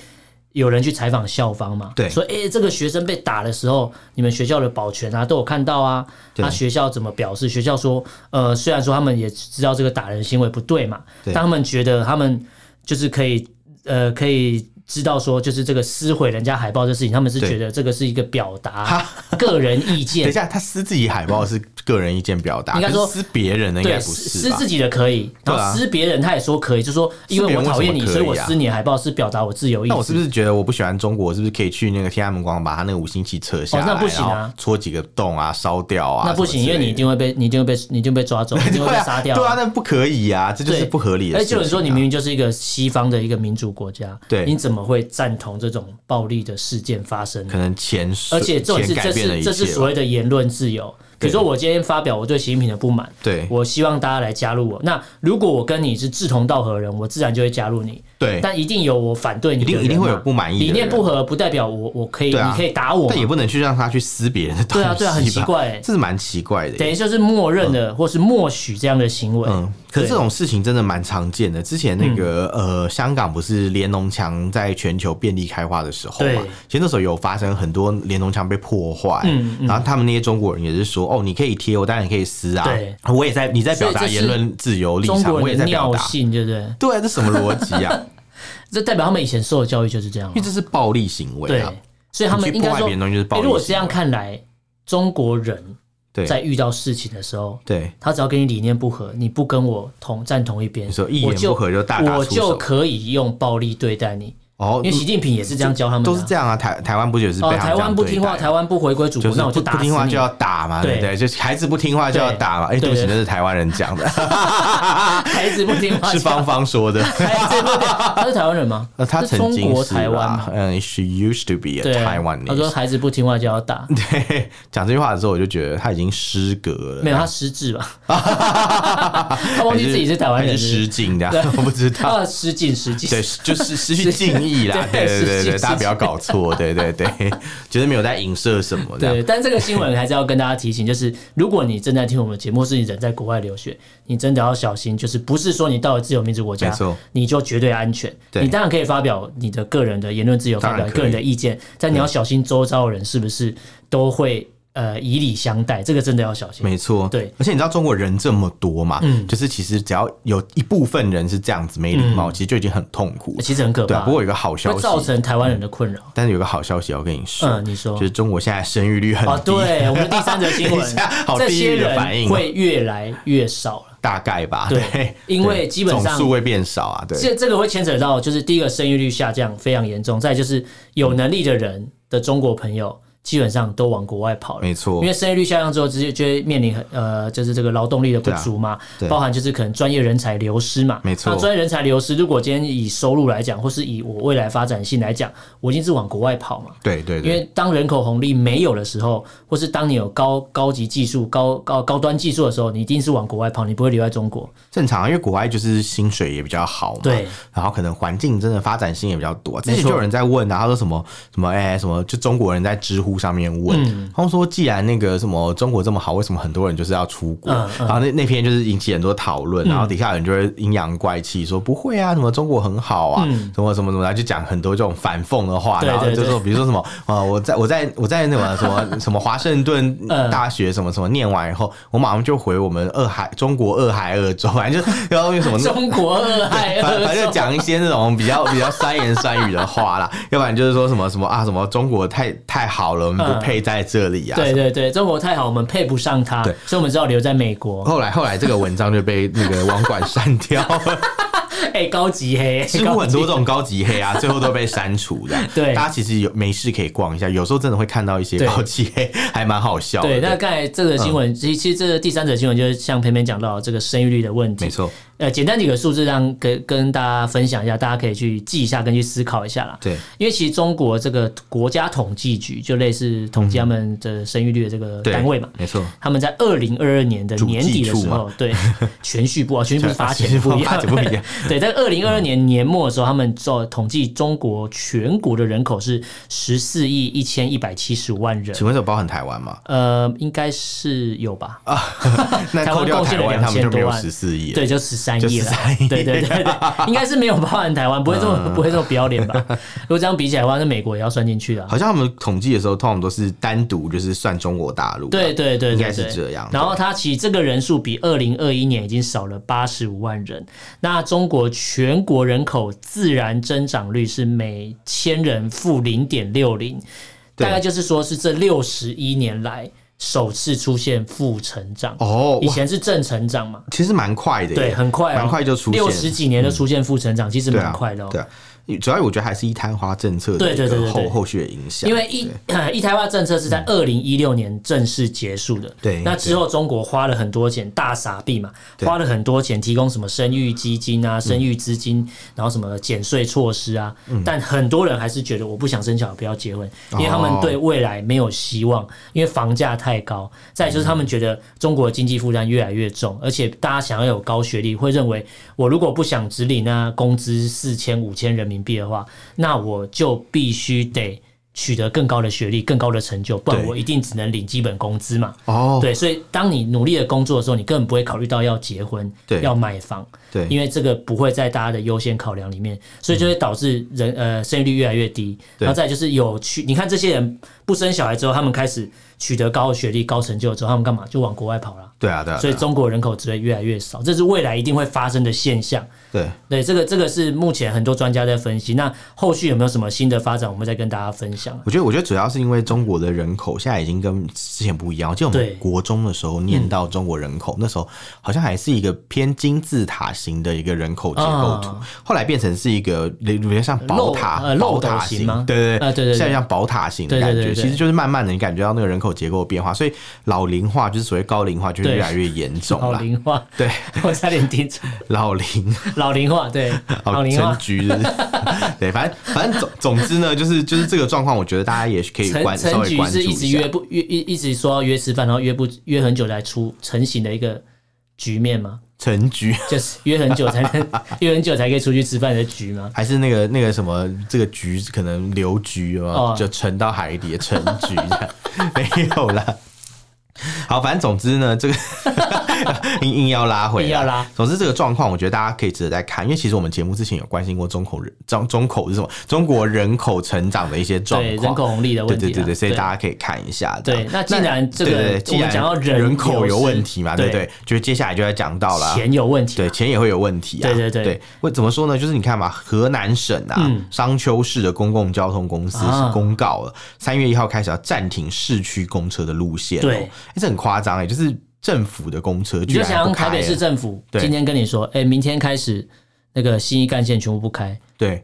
[SPEAKER 1] 有人去采访校方嘛，
[SPEAKER 2] 对
[SPEAKER 1] 说哎、诶这个学生被打的时候，你们学校的保全啊都有看到啊，
[SPEAKER 2] 对
[SPEAKER 1] 那学校怎么表示？学校说，呃，虽然说他们也知道这个打人行为不对嘛，
[SPEAKER 2] 对
[SPEAKER 1] 但他们觉得他们就是可以，呃，可以。知道说就是这个撕毁人家海报这事情，他们是
[SPEAKER 2] 对
[SPEAKER 1] 觉得这个是一个表达
[SPEAKER 2] 哈
[SPEAKER 1] 个人意
[SPEAKER 2] 等
[SPEAKER 1] 见
[SPEAKER 2] 一，下，他撕自己海报是个人意见表达，
[SPEAKER 1] 应该
[SPEAKER 2] 可是
[SPEAKER 1] 说
[SPEAKER 2] 撕别人的应
[SPEAKER 1] 对，
[SPEAKER 2] 该不
[SPEAKER 1] 撕
[SPEAKER 2] 是
[SPEAKER 1] 撕
[SPEAKER 2] 吧
[SPEAKER 1] 自？己的可以，然
[SPEAKER 2] 对啊
[SPEAKER 1] 后撕别人他也说可以，就说因
[SPEAKER 2] 撕别
[SPEAKER 1] 为我
[SPEAKER 2] 人
[SPEAKER 1] 讨厌你，
[SPEAKER 2] 为什么
[SPEAKER 1] 所以
[SPEAKER 2] 可
[SPEAKER 1] 我
[SPEAKER 2] 以啊
[SPEAKER 1] 撕你的海报是表达我自由意
[SPEAKER 2] 那
[SPEAKER 1] 思。
[SPEAKER 2] 我是不是觉得我不喜欢中国？我是不是可以去那个天安门广场把他那个五星旗扯下来，
[SPEAKER 1] 哦那不行啊
[SPEAKER 2] 然后戳几个洞啊，烧掉啊？
[SPEAKER 1] 那不
[SPEAKER 2] 什
[SPEAKER 1] 行，
[SPEAKER 2] 么
[SPEAKER 1] 因
[SPEAKER 2] 之类
[SPEAKER 1] 为
[SPEAKER 2] 的
[SPEAKER 1] 你一定会被你一定会被你一定会被抓走，你一定会
[SPEAKER 2] 对
[SPEAKER 1] 被
[SPEAKER 2] 啊
[SPEAKER 1] 杀掉。
[SPEAKER 2] 对啊，那不可以啊，这就
[SPEAKER 1] 对
[SPEAKER 2] 是不合理的
[SPEAKER 1] 而
[SPEAKER 2] 事
[SPEAKER 1] 且
[SPEAKER 2] 情啊。
[SPEAKER 1] 有人说你明明就是一个西方的一个民主国家，
[SPEAKER 2] 对
[SPEAKER 1] 你怎么会赞同这种暴力的事件发生呢
[SPEAKER 2] 可？能钱是，
[SPEAKER 1] 而且这种
[SPEAKER 2] 钱
[SPEAKER 1] 是
[SPEAKER 2] 改
[SPEAKER 1] 这
[SPEAKER 2] 变了
[SPEAKER 1] 是
[SPEAKER 2] 一
[SPEAKER 1] 这是
[SPEAKER 2] 切
[SPEAKER 1] 所
[SPEAKER 2] 吧。
[SPEAKER 1] 谓的言论自由。比如说我今天发表我对习近平的不满，
[SPEAKER 2] 对
[SPEAKER 1] 我希望大家来加入我。那如果我跟你是志同道合的人，我自然就会加入你。
[SPEAKER 2] 对，
[SPEAKER 1] 但一定有我反对你的
[SPEAKER 2] 一
[SPEAKER 1] 人嘛，啊
[SPEAKER 2] 定一定会有不满意的
[SPEAKER 1] 理念
[SPEAKER 2] 人
[SPEAKER 1] 不合，不代表我我可以，
[SPEAKER 2] 对啊
[SPEAKER 1] 你可以打我嘛
[SPEAKER 2] 但。也不能去让他去撕别人的东
[SPEAKER 1] 对
[SPEAKER 2] 西吧。
[SPEAKER 1] 啊，对啊，很奇怪欸，
[SPEAKER 2] 这是蛮奇怪的
[SPEAKER 1] 等
[SPEAKER 2] 耶。
[SPEAKER 1] 于就是默认了或是默许这样的行为。
[SPEAKER 2] 嗯，可是
[SPEAKER 1] 对嗯
[SPEAKER 2] 这种事情真的蛮常见的。之前那个、呃，香港不是连农墙在全球遍地开花的时候嘛
[SPEAKER 1] 对，
[SPEAKER 2] 其实那时候有发生很多连农墙被破坏，
[SPEAKER 1] 嗯
[SPEAKER 2] 然后他们那些中国人也是说，哦，你可以贴，我当然可以撕啊，
[SPEAKER 1] 对
[SPEAKER 2] 我也在你在表达
[SPEAKER 1] 所以这是
[SPEAKER 2] 言论自由立
[SPEAKER 1] 中
[SPEAKER 2] 场，
[SPEAKER 1] 国
[SPEAKER 2] 我也
[SPEAKER 1] 人
[SPEAKER 2] 在
[SPEAKER 1] 的
[SPEAKER 2] 表
[SPEAKER 1] 尿
[SPEAKER 2] 达，
[SPEAKER 1] 性，对不对？
[SPEAKER 2] 对啊，这什么逻辑 啊？
[SPEAKER 1] 这代表他们以前受的教育就是这样啊
[SPEAKER 2] 因为。这是暴力行为
[SPEAKER 1] 对
[SPEAKER 2] 啊，，
[SPEAKER 1] 所以他们
[SPEAKER 2] 你去
[SPEAKER 1] 应
[SPEAKER 2] 破
[SPEAKER 1] 该
[SPEAKER 2] 坏
[SPEAKER 1] 说
[SPEAKER 2] 别人，东西就是暴
[SPEAKER 1] 诶
[SPEAKER 2] 力行为。
[SPEAKER 1] 如果这样看来，中国人
[SPEAKER 2] 对
[SPEAKER 1] 在遇到事情的时候，
[SPEAKER 2] 对，
[SPEAKER 1] 他只要跟你理念不合，你不跟我同站同一边
[SPEAKER 2] 你，说一言
[SPEAKER 1] 我就
[SPEAKER 2] 不合就大打
[SPEAKER 1] 我
[SPEAKER 2] 出
[SPEAKER 1] 就
[SPEAKER 2] 手，
[SPEAKER 1] 可以用暴力对待你。
[SPEAKER 2] 哦
[SPEAKER 1] 因为习近平也是这样教他们的啊，
[SPEAKER 2] 都是这样啊，台台湾不也是被
[SPEAKER 1] 哦，
[SPEAKER 2] 他们这
[SPEAKER 1] 台
[SPEAKER 2] 样
[SPEAKER 1] 湾不听话，
[SPEAKER 2] 对待
[SPEAKER 1] 台湾不回归祖
[SPEAKER 2] 就
[SPEAKER 1] 国，
[SPEAKER 2] 是
[SPEAKER 1] 那我
[SPEAKER 2] 不
[SPEAKER 1] 就打
[SPEAKER 2] 不
[SPEAKER 1] 死你。
[SPEAKER 2] 听话就要打嘛，对
[SPEAKER 1] 对
[SPEAKER 2] 不对？就是孩子不听话就要打嘛。哎，
[SPEAKER 1] 对
[SPEAKER 2] 对不起，
[SPEAKER 1] 对
[SPEAKER 2] 那是台湾人 讲的，
[SPEAKER 1] 孩子不听话
[SPEAKER 2] 是
[SPEAKER 1] 就
[SPEAKER 2] 芳芳说的。
[SPEAKER 1] 孩子不听话，他是台湾人吗？
[SPEAKER 2] 呃，他
[SPEAKER 1] 是
[SPEAKER 2] 曾
[SPEAKER 1] 中
[SPEAKER 2] 经
[SPEAKER 1] 国
[SPEAKER 2] 是
[SPEAKER 1] 台湾
[SPEAKER 2] 啦
[SPEAKER 1] 嘛，
[SPEAKER 2] 嗯，she used to be a
[SPEAKER 1] 对，啊
[SPEAKER 2] Taiwan。
[SPEAKER 1] 他 说孩子不听话就要打，
[SPEAKER 2] 对，啊讲这句话的时候，我就觉得他已经失格了。
[SPEAKER 1] 没有他失智 吧？他忘记自己是台湾
[SPEAKER 2] 还
[SPEAKER 1] 人，
[SPEAKER 2] 是
[SPEAKER 1] 是不是
[SPEAKER 2] 失敬的
[SPEAKER 1] 对，
[SPEAKER 2] 我不知 道。
[SPEAKER 1] 啊，失敬失敬。
[SPEAKER 2] 对，就是失去敬意啦。对
[SPEAKER 1] 对
[SPEAKER 2] 对对
[SPEAKER 1] 失敬
[SPEAKER 2] 对，大家
[SPEAKER 1] 失
[SPEAKER 2] 不要搞错。对对对，觉得没有在影射什么这样。
[SPEAKER 1] 对，但这个新闻还是要跟大家提醒，就是如果你正在听我们的节目，是你人在国外留学，你真的要小心，就是不是说你到了自由民主国
[SPEAKER 2] 没
[SPEAKER 1] 家
[SPEAKER 2] 错，
[SPEAKER 1] 你就绝对安全。
[SPEAKER 2] 对
[SPEAKER 1] 你当然可以发表你的个人的言论自由，
[SPEAKER 2] 当
[SPEAKER 1] 发
[SPEAKER 2] 然
[SPEAKER 1] 表
[SPEAKER 2] 可以
[SPEAKER 1] 个人的意见，但你要小心周遭的人是不是都会呃以礼相待，这个真的要小心。
[SPEAKER 2] 没错，
[SPEAKER 1] 对嗯
[SPEAKER 2] 而且你知道中国人这么多嘛，就是其实只要有一部分人是这样子没礼
[SPEAKER 1] 嗯
[SPEAKER 2] 貌，其实就已经很痛苦了。
[SPEAKER 1] 其实很可
[SPEAKER 2] 对啊，
[SPEAKER 1] 怕，
[SPEAKER 2] 不过有一个好消
[SPEAKER 1] 会造
[SPEAKER 2] 息，
[SPEAKER 1] 成台湾人的困扰。
[SPEAKER 2] 但是有一个好消息要跟你说，
[SPEAKER 1] 嗯，你说
[SPEAKER 2] 就。是中国现在生育率很低，
[SPEAKER 1] 啊，对，我们的第三则新
[SPEAKER 2] 嗯 等一
[SPEAKER 1] 闻
[SPEAKER 2] 下，好
[SPEAKER 1] 这
[SPEAKER 2] 地
[SPEAKER 1] 些
[SPEAKER 2] 狱的反
[SPEAKER 1] 人
[SPEAKER 2] 应哦，
[SPEAKER 1] 会越来越少了。
[SPEAKER 2] 大概吧，
[SPEAKER 1] 对
[SPEAKER 2] 对，
[SPEAKER 1] 因为基本上
[SPEAKER 2] 总数会变少啊，对，
[SPEAKER 1] 这这个会牵扯到，就是第一个生育率下降非常严重，再就是有能力的人的中国朋友基本上都往国外跑了。
[SPEAKER 2] 没错
[SPEAKER 1] 因为，生育率下降之后，直接就会面临很呃，就是这个劳动力的不足嘛，
[SPEAKER 2] 对啊对
[SPEAKER 1] 包含就是可能专业人才流失嘛，
[SPEAKER 2] 没错
[SPEAKER 1] 那专业人才流失，如果今天以收入来讲，或是以我未来发展性来讲，我一定是往国外跑嘛。
[SPEAKER 2] 对对
[SPEAKER 1] 因
[SPEAKER 2] 对，
[SPEAKER 1] 为当人口红利没有的时候，或是当你有高高级技术、高高高端技术的时候，你一定是往国外跑，你不会留在中国。
[SPEAKER 2] 正常啊，因为国外就是薪水也比较好嘛，
[SPEAKER 1] 对，
[SPEAKER 2] 然后可能环境真的发展性也比较多。之前
[SPEAKER 1] 没错
[SPEAKER 2] 就有人在问啊，他说什么什么哎、什么，就中国人在知乎上面问，
[SPEAKER 1] 嗯
[SPEAKER 2] 他们说既然那个什么中国这么好，为什么很多人就是要出国？
[SPEAKER 1] 嗯
[SPEAKER 2] 然后那那篇就是引起很多讨论，然后底下有人就会阴阳怪气说不会啊，什么中国很好啊，什么什么什么，然后就讲很多这种反讽的
[SPEAKER 1] 嗯
[SPEAKER 2] 话，
[SPEAKER 1] 对
[SPEAKER 2] 然后
[SPEAKER 1] 对
[SPEAKER 2] 就说比如说什么啊，我在我在我在那个什 么什么华盛顿
[SPEAKER 1] 嗯
[SPEAKER 2] 大学什么什么念完以后，我马上就回我们二海中国二海二州，反正就然后有什 么
[SPEAKER 1] 中国 二害二
[SPEAKER 2] 反反正
[SPEAKER 1] 中
[SPEAKER 2] 讲一些那种比较比较酸言酸语的话啦，要不然就是说什么什么啊什么中国太太好了，我们不
[SPEAKER 1] 嗯
[SPEAKER 2] 配在这里啊。
[SPEAKER 1] 对对对，中国太好，我们配不上他
[SPEAKER 2] 对，哦
[SPEAKER 1] 所以我们只好留在美国。
[SPEAKER 2] 后来后来这个文章就被那个网管删掉 了，
[SPEAKER 1] 哎、高级黑，
[SPEAKER 2] 知乎
[SPEAKER 1] 高级
[SPEAKER 2] 很多这种高级黑啊，最后都被删除的。
[SPEAKER 1] 对
[SPEAKER 2] 大家其实有没事可以逛一下，有时候真的会看到一些
[SPEAKER 1] 对
[SPEAKER 2] 高级黑，还蛮好笑的。嗯
[SPEAKER 1] 对，那刚才这个新闻，其、其实这个第三者新闻就是像偏偏讲到这个生育率的问题，
[SPEAKER 2] 没。错，
[SPEAKER 1] 呃，简单几个数字让跟跟大家分享一下，大家可以去记一下，跟去思考一下啦。
[SPEAKER 2] 对，
[SPEAKER 1] 因为其实中国这个国家统计局就类似统计他们的生育率的这个
[SPEAKER 2] 嗯对
[SPEAKER 1] 单位嘛，
[SPEAKER 2] 没错。
[SPEAKER 1] 他们在二零二二年的年底的时候，对全序部啊，全序部是发钱不一
[SPEAKER 2] 发
[SPEAKER 1] 样，
[SPEAKER 2] 钱不一样
[SPEAKER 1] 对，在二零二二年年末的时候，他们做统计中国全国的人口是十四亿一千一百七十五万人，
[SPEAKER 2] 请问这包含台 湾吗？
[SPEAKER 1] 呃，应该是有吧？
[SPEAKER 2] 那
[SPEAKER 1] 台湾
[SPEAKER 2] 扣掉
[SPEAKER 1] 贡献
[SPEAKER 2] 台
[SPEAKER 1] 了
[SPEAKER 2] 湾，他们就
[SPEAKER 1] 2000
[SPEAKER 2] 没有
[SPEAKER 1] 多万
[SPEAKER 2] 十四亿了。
[SPEAKER 1] 对，就十三亿了
[SPEAKER 2] 93亿，啊
[SPEAKER 1] 对对对对，应该是没有包含台湾，不 会这么不会这么不要脸吧？如果这样比起来的话，那美国也要算进去啊了。
[SPEAKER 2] 好像他们统计的时候，通常都是单独就是算中国大陆。啊
[SPEAKER 1] 对，对对，对
[SPEAKER 2] 应该是
[SPEAKER 1] 对
[SPEAKER 2] 这样
[SPEAKER 1] 然后它其实这个人数比二零二一年已经少了八十五万人。那中国全国人口自然增长率是每千人负零点六零，
[SPEAKER 2] 对
[SPEAKER 1] 大概就是说是这六十一年来首次出现负成长。
[SPEAKER 2] 哦，
[SPEAKER 1] 以
[SPEAKER 2] 哇，
[SPEAKER 1] 前是正成长嘛，
[SPEAKER 2] 其实蛮快的耶，
[SPEAKER 1] 对，很快、哦，
[SPEAKER 2] 蛮快就出现嗯
[SPEAKER 1] 六十几年就出现负成长，其实
[SPEAKER 2] 对
[SPEAKER 1] 蛮
[SPEAKER 2] 啊，
[SPEAKER 1] 快的哦。
[SPEAKER 2] 对啊，主要我觉得还是一滩花政策的
[SPEAKER 1] 对
[SPEAKER 2] 一
[SPEAKER 1] 对对
[SPEAKER 2] 个
[SPEAKER 1] 对
[SPEAKER 2] 后
[SPEAKER 1] 对
[SPEAKER 2] 后续的影响，
[SPEAKER 1] 因为一 一胎化政策是在二零一六年正式结束的，
[SPEAKER 2] 嗯对
[SPEAKER 1] 那之后中国花了很多钱，大傻逼嘛，花了很多钱提供什么生育基金
[SPEAKER 2] 嗯
[SPEAKER 1] 啊、生育资金，然后什么减税措施啊，
[SPEAKER 2] 嗯
[SPEAKER 1] 但很多人还是觉得我不想生小孩，不要结婚，因
[SPEAKER 2] 哦
[SPEAKER 1] 为他们对未来没有希望，因为房价太高，再来就是他们觉得中国的经济负担越来越重，而且大家想要有高学历，会认为我如果不想只领那工资四千五千人民币的话，那我就必须得。取得更高的学历、更高的成就，不然
[SPEAKER 2] 对
[SPEAKER 1] 我一定只能领基本工资嘛。
[SPEAKER 2] 哦，
[SPEAKER 1] 对，所以当你努力的工作的时候，你根本不会考虑到要结婚、
[SPEAKER 2] 对
[SPEAKER 1] 要买房，
[SPEAKER 2] 对
[SPEAKER 1] 因为这个不会在大家的优先考量里面，所以就会导致人、呃生育率越来越低。
[SPEAKER 2] 嗯对
[SPEAKER 1] 然后再来就是有去，你看这些人不生小孩之后，他们开始取得高的学历、高成就之后，他们干嘛？就往国外跑了。
[SPEAKER 2] 对啊，对啊，
[SPEAKER 1] 所以
[SPEAKER 2] 对啊
[SPEAKER 1] 中国人口只会越来越少，这是未来一定会发生的现象。
[SPEAKER 2] 对
[SPEAKER 1] 对，这个这个是目前很多专家在分析。那后续有没有什么新的发展，我们再跟大家分享。
[SPEAKER 2] 我觉得，我觉得主要是因为中国的人口现在已经跟之前不一样。我记得我
[SPEAKER 1] 对
[SPEAKER 2] 们国中的时候念到中国人口，那时候好像还是一个偏金字塔型的一个人口结构图，
[SPEAKER 1] 啊
[SPEAKER 2] 后来变成是一个有有点像宝塔
[SPEAKER 1] 漏、呃
[SPEAKER 2] 宝塔
[SPEAKER 1] 漏斗型吗
[SPEAKER 2] 对对
[SPEAKER 1] 啊对对对
[SPEAKER 2] 现在像宝塔型的感觉。
[SPEAKER 1] 对对对对
[SPEAKER 2] 其实就是慢慢的你感觉到那个人口结构的变化，所以老龄化就是所谓高龄化，就是
[SPEAKER 1] 对
[SPEAKER 2] 越来越严重
[SPEAKER 1] 老
[SPEAKER 2] 了。
[SPEAKER 1] 龄化，
[SPEAKER 2] 对，
[SPEAKER 1] 我差点听错。
[SPEAKER 2] 老龄
[SPEAKER 1] 老龄化，对，老
[SPEAKER 2] 好
[SPEAKER 1] 龄
[SPEAKER 2] 成
[SPEAKER 1] 化，
[SPEAKER 2] 局是不 是对，反正反正总总之呢，就是就是这个状况，我觉得大家也可以
[SPEAKER 1] 陈
[SPEAKER 2] 关稍
[SPEAKER 1] 陈
[SPEAKER 2] 微
[SPEAKER 1] 局
[SPEAKER 2] 关注
[SPEAKER 1] 是一直
[SPEAKER 2] 一下
[SPEAKER 1] 约。不约一一直说要约吃饭，然后约不约很久才出成型的一个局面嘛，
[SPEAKER 2] 陈局
[SPEAKER 1] 就是约很久才能约很久才可以出去吃饭的局嘛。
[SPEAKER 2] 还是那个那个什么，这个局可能流局啊
[SPEAKER 1] 哦，
[SPEAKER 2] 就沉到海底，沉局这样没有啦。 好，反正总之呢，这个 硬硬要拉回来，
[SPEAKER 1] 硬要拉
[SPEAKER 2] 总之这个状况，我觉得大家可以值得再看，因为其实我们节目之前有关心过中口人中中口是什么，中国人口成长的一些状
[SPEAKER 1] 对，
[SPEAKER 2] 况，
[SPEAKER 1] 人口红利的
[SPEAKER 2] 对
[SPEAKER 1] 问题
[SPEAKER 2] 对
[SPEAKER 1] 啊。
[SPEAKER 2] 对对，所以大
[SPEAKER 1] 家
[SPEAKER 2] 家可以看一下这样。
[SPEAKER 1] 对，那既然这个
[SPEAKER 2] 对对对
[SPEAKER 1] 我
[SPEAKER 2] 既
[SPEAKER 1] 们
[SPEAKER 2] 然
[SPEAKER 1] 讲到
[SPEAKER 2] 人口有
[SPEAKER 1] 流失
[SPEAKER 2] 问题嘛，对不对？就是接下来就要讲到了。
[SPEAKER 1] 钱有问题，
[SPEAKER 2] 对，钱也会有问题啊。
[SPEAKER 1] 对对对
[SPEAKER 2] 对，为怎么说呢？就是你看嘛，河南省啊，
[SPEAKER 1] 嗯
[SPEAKER 2] 商丘市的公共交通公司
[SPEAKER 1] 啊
[SPEAKER 2] 是公告了，三、月一号开始要暂停市区公车的路线、哦。
[SPEAKER 1] 对
[SPEAKER 2] 诶这很夸张哎，就是政府的公车
[SPEAKER 1] 你
[SPEAKER 2] 居
[SPEAKER 1] 就
[SPEAKER 2] 然
[SPEAKER 1] 想想
[SPEAKER 2] 不
[SPEAKER 1] 台
[SPEAKER 2] 开
[SPEAKER 1] 北市
[SPEAKER 2] 欸。
[SPEAKER 1] 政府
[SPEAKER 2] 对
[SPEAKER 1] 今天跟你说，哎，明天开始那个新一干线全部不开，
[SPEAKER 2] 对，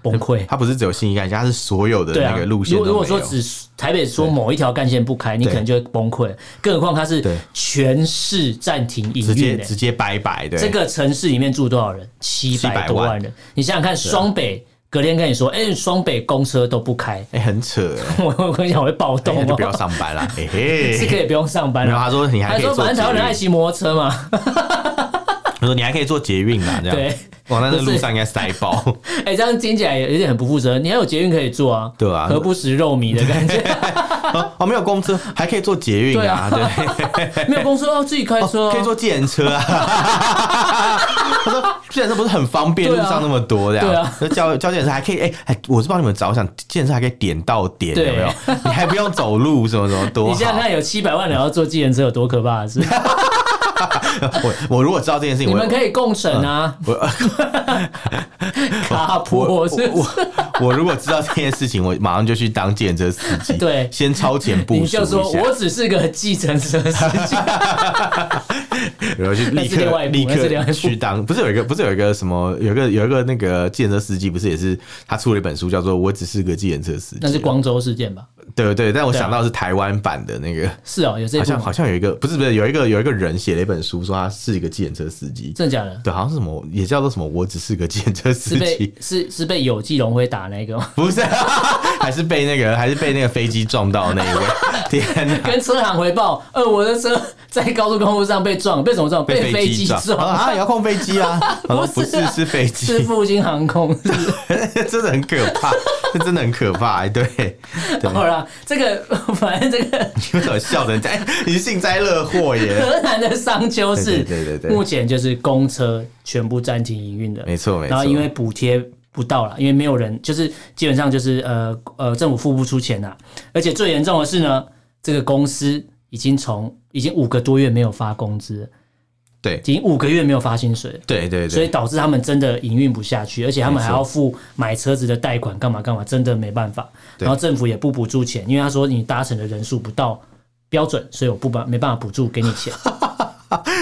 [SPEAKER 1] 崩 溃。
[SPEAKER 2] 它不是只有新一干线，它是所有的
[SPEAKER 1] 对啊
[SPEAKER 2] 那个路线
[SPEAKER 1] 如
[SPEAKER 2] 都
[SPEAKER 1] 果如果
[SPEAKER 2] 没有
[SPEAKER 1] 说只台北说某一条干线不开，你
[SPEAKER 2] 对
[SPEAKER 1] 可能就会崩溃。更何况它是
[SPEAKER 2] 对
[SPEAKER 1] 全市暂停营
[SPEAKER 2] 直接
[SPEAKER 1] 运、
[SPEAKER 2] 直
[SPEAKER 1] 欸，
[SPEAKER 2] 接拜拜，对，
[SPEAKER 1] 这个城市里面住多少人？七百多万人。你想想看，双北隔天跟你说，哎、
[SPEAKER 2] 啊
[SPEAKER 1] 双北公车都不开，
[SPEAKER 2] 哎、很扯哎、
[SPEAKER 1] 我我跟你讲，我会暴动
[SPEAKER 2] 那就
[SPEAKER 1] 哦、
[SPEAKER 2] 不要上班 啦，嘿嘿。
[SPEAKER 1] 是可以不用上班
[SPEAKER 2] 然后
[SPEAKER 1] 了。
[SPEAKER 2] 他说你还
[SPEAKER 1] 还
[SPEAKER 2] 可以
[SPEAKER 1] 说
[SPEAKER 2] 坐
[SPEAKER 1] 反正台湾人爱
[SPEAKER 2] 捷运，
[SPEAKER 1] 骑摩托车嘛，
[SPEAKER 2] 他说你还可以坐捷运啦，这样。
[SPEAKER 1] 对，
[SPEAKER 2] 哇，那那
[SPEAKER 1] 不是
[SPEAKER 2] 路上应该塞爆。
[SPEAKER 1] 哎、这样听起来有点很不负责任。你还有捷运可以坐啊，
[SPEAKER 2] 对啊
[SPEAKER 1] 何不食肉糜的感 觉？
[SPEAKER 2] 哦，哦没有公车，还可以坐捷运啊，对，
[SPEAKER 1] 没有公车哦，自己开车、哦
[SPEAKER 2] 可以坐计程车啊。 他说：“计程车不是很方便，路
[SPEAKER 1] 对啊
[SPEAKER 2] 上那么多这
[SPEAKER 1] 对
[SPEAKER 2] 样
[SPEAKER 1] 啊，
[SPEAKER 2] 那叫叫计程车还可以，哎、哎，我是帮你们着想，计程车还可以点到点，有
[SPEAKER 1] 对
[SPEAKER 2] 没有？你还不用走路，什么什么多
[SPEAKER 1] 你
[SPEAKER 2] 好
[SPEAKER 1] 想。想看，有七百万人要坐计程车有多可怕的 事？
[SPEAKER 2] 我我如果知道这件事情，
[SPEAKER 1] 你
[SPEAKER 2] 我
[SPEAKER 1] 们可以共乘啊，
[SPEAKER 2] 我
[SPEAKER 1] 卡
[SPEAKER 2] 我
[SPEAKER 1] 坡是不
[SPEAKER 2] 我
[SPEAKER 1] 是？
[SPEAKER 2] 我如果知道这件事情，我马上就去当计程车司机，
[SPEAKER 1] 对
[SPEAKER 2] 先超前部
[SPEAKER 1] 你
[SPEAKER 2] 署
[SPEAKER 1] 就
[SPEAKER 2] 一下
[SPEAKER 1] 说，我只是个计程车司机，
[SPEAKER 2] 然后就立
[SPEAKER 1] 那是另
[SPEAKER 2] 刻
[SPEAKER 1] 外一部
[SPEAKER 2] 立
[SPEAKER 1] 那是另外
[SPEAKER 2] 刻
[SPEAKER 1] 一部
[SPEAKER 2] 去当，不是有一个不是有一个什么有一个有一个那个计程车司机，不是也是他出了一本书叫做《我只是个计程车司机》，
[SPEAKER 1] 那是光州事件吧？
[SPEAKER 2] 对对对，但我
[SPEAKER 1] 对啊
[SPEAKER 2] 想到的是台湾版的那个，
[SPEAKER 1] 是哦，有这一
[SPEAKER 2] 好
[SPEAKER 1] 部
[SPEAKER 2] 像
[SPEAKER 1] 吗
[SPEAKER 2] 好？像有一个不是不是有一个有一个人写了一本书说他是一个计程车司机，
[SPEAKER 1] 真的假的？
[SPEAKER 2] 对，好像是什么也叫做什么我只是个计程车司
[SPEAKER 1] 是
[SPEAKER 2] 机
[SPEAKER 1] 被，是是被有纪龙辉打那个吗？
[SPEAKER 2] 不是，还是被那个还是被那个飞机撞到那一位， 天哪！
[SPEAKER 1] 跟车行回报，呃，我的车 在高速公路上被撞，被什么撞？被飞机
[SPEAKER 2] 撞
[SPEAKER 1] 撞，
[SPEAKER 2] 啊！遥控飞机啊！我说 不
[SPEAKER 1] 不是
[SPEAKER 2] 是
[SPEAKER 1] 啊
[SPEAKER 2] 是飞机，
[SPEAKER 1] 是复兴航空。
[SPEAKER 2] 真的很可怕。这真的很可怕、欸，对对。
[SPEAKER 1] 好啦，这个 反正这个
[SPEAKER 2] 你为什么笑人家？哎你是幸灾乐祸耶！
[SPEAKER 1] 河南的商丘
[SPEAKER 2] 对
[SPEAKER 1] 市，
[SPEAKER 2] 对对对对
[SPEAKER 1] 目前就是公车全部暂停营运的，
[SPEAKER 2] 没错没错
[SPEAKER 1] 然后因为补贴不到了，因为没有人，就是基本上就是呃呃，政府付不出钱啦。而且最严重的是呢，这个公司已经从已经五个多月没有发工资了，
[SPEAKER 2] 对
[SPEAKER 1] 已经五个月没有发薪水了。
[SPEAKER 2] 对对
[SPEAKER 1] 所以
[SPEAKER 2] 对，
[SPEAKER 1] 导致他们真的营运不下去，而且他们还要付买车子的贷款，干嘛干嘛，真的没办法。
[SPEAKER 2] 对
[SPEAKER 1] 然后政府也不补助钱，因为他说你搭乘的人数不到标准，所以我不把没办法补助给你 钱。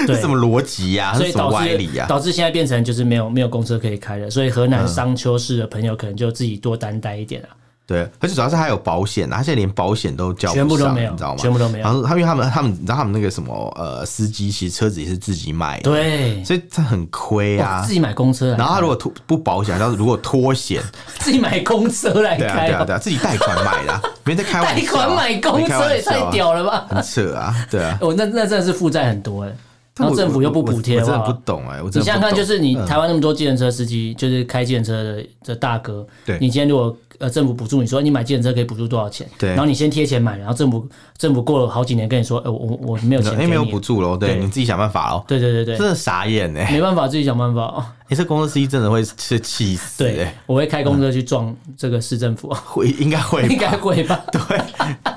[SPEAKER 2] 这
[SPEAKER 1] 对
[SPEAKER 2] 什，么逻辑呀？这
[SPEAKER 1] 所以
[SPEAKER 2] 是啊什么
[SPEAKER 1] 导
[SPEAKER 2] 歪
[SPEAKER 1] 致
[SPEAKER 2] 理嗯呀？
[SPEAKER 1] 导致现在变成就是没有没有公车可以开了，所以河南商丘市的朋友可能就自己多担待一点啊。
[SPEAKER 2] 对，而且主要是他有保险，啊他现在连保险都交
[SPEAKER 1] 全部
[SPEAKER 2] 不
[SPEAKER 1] 都
[SPEAKER 2] 上，
[SPEAKER 1] 没有
[SPEAKER 2] 你知道吗？
[SPEAKER 1] 全部都没有
[SPEAKER 2] 然后他因为他们他们你知道他们那个什么呃司机，其实车子也是自己买的，
[SPEAKER 1] 对，
[SPEAKER 2] 所以他很亏
[SPEAKER 1] 哇
[SPEAKER 2] 啊
[SPEAKER 1] 自。己买公车来开，
[SPEAKER 2] 然后他如果脱不保险，然后如果脱险，
[SPEAKER 1] 自己买公车来
[SPEAKER 2] 对啊
[SPEAKER 1] 开
[SPEAKER 2] 对啊
[SPEAKER 1] 哦，
[SPEAKER 2] 对啊，自己贷款买的啊，没在开 玩
[SPEAKER 1] 贷
[SPEAKER 2] 笑啊，
[SPEAKER 1] 款买公
[SPEAKER 2] 没开玩
[SPEAKER 1] 车也
[SPEAKER 2] 笑
[SPEAKER 1] 太
[SPEAKER 2] 啊，
[SPEAKER 1] 屌了吧！
[SPEAKER 2] 很扯啊， 对啊。
[SPEAKER 1] 哦，那那真的是负债很多哎、然
[SPEAKER 2] 但
[SPEAKER 1] 后
[SPEAKER 2] 我
[SPEAKER 1] 政府又不
[SPEAKER 2] 我
[SPEAKER 1] 补贴
[SPEAKER 2] 我
[SPEAKER 1] 的
[SPEAKER 2] 真的不
[SPEAKER 1] 话，
[SPEAKER 2] 懂哎，我真的
[SPEAKER 1] 你想想
[SPEAKER 2] 不
[SPEAKER 1] 看，
[SPEAKER 2] 懂
[SPEAKER 1] 就是你台湾那么多计程车司机，就是开计程车的这大哥，
[SPEAKER 2] 对
[SPEAKER 1] 你今天如果呃政府补助，你说你买计程车可以补助多少钱？
[SPEAKER 2] 对
[SPEAKER 1] 然后你先贴钱买，然后政府政府过了好几年跟你说，呃，我我我没有钱
[SPEAKER 2] 哎
[SPEAKER 1] 给
[SPEAKER 2] 没有
[SPEAKER 1] 你
[SPEAKER 2] 补，助喽，对
[SPEAKER 1] 对
[SPEAKER 2] 你自己想办法喽，
[SPEAKER 1] 对对对
[SPEAKER 2] 真
[SPEAKER 1] 对，
[SPEAKER 2] 的傻眼 哎，
[SPEAKER 1] 没办法，自己想办法哦。
[SPEAKER 2] 哎这公司司机真的会是气死
[SPEAKER 1] 对
[SPEAKER 2] 哎，，
[SPEAKER 1] 我会开公车去撞这个市政府，
[SPEAKER 2] 会应该会
[SPEAKER 1] 应该会 吧？
[SPEAKER 2] 对，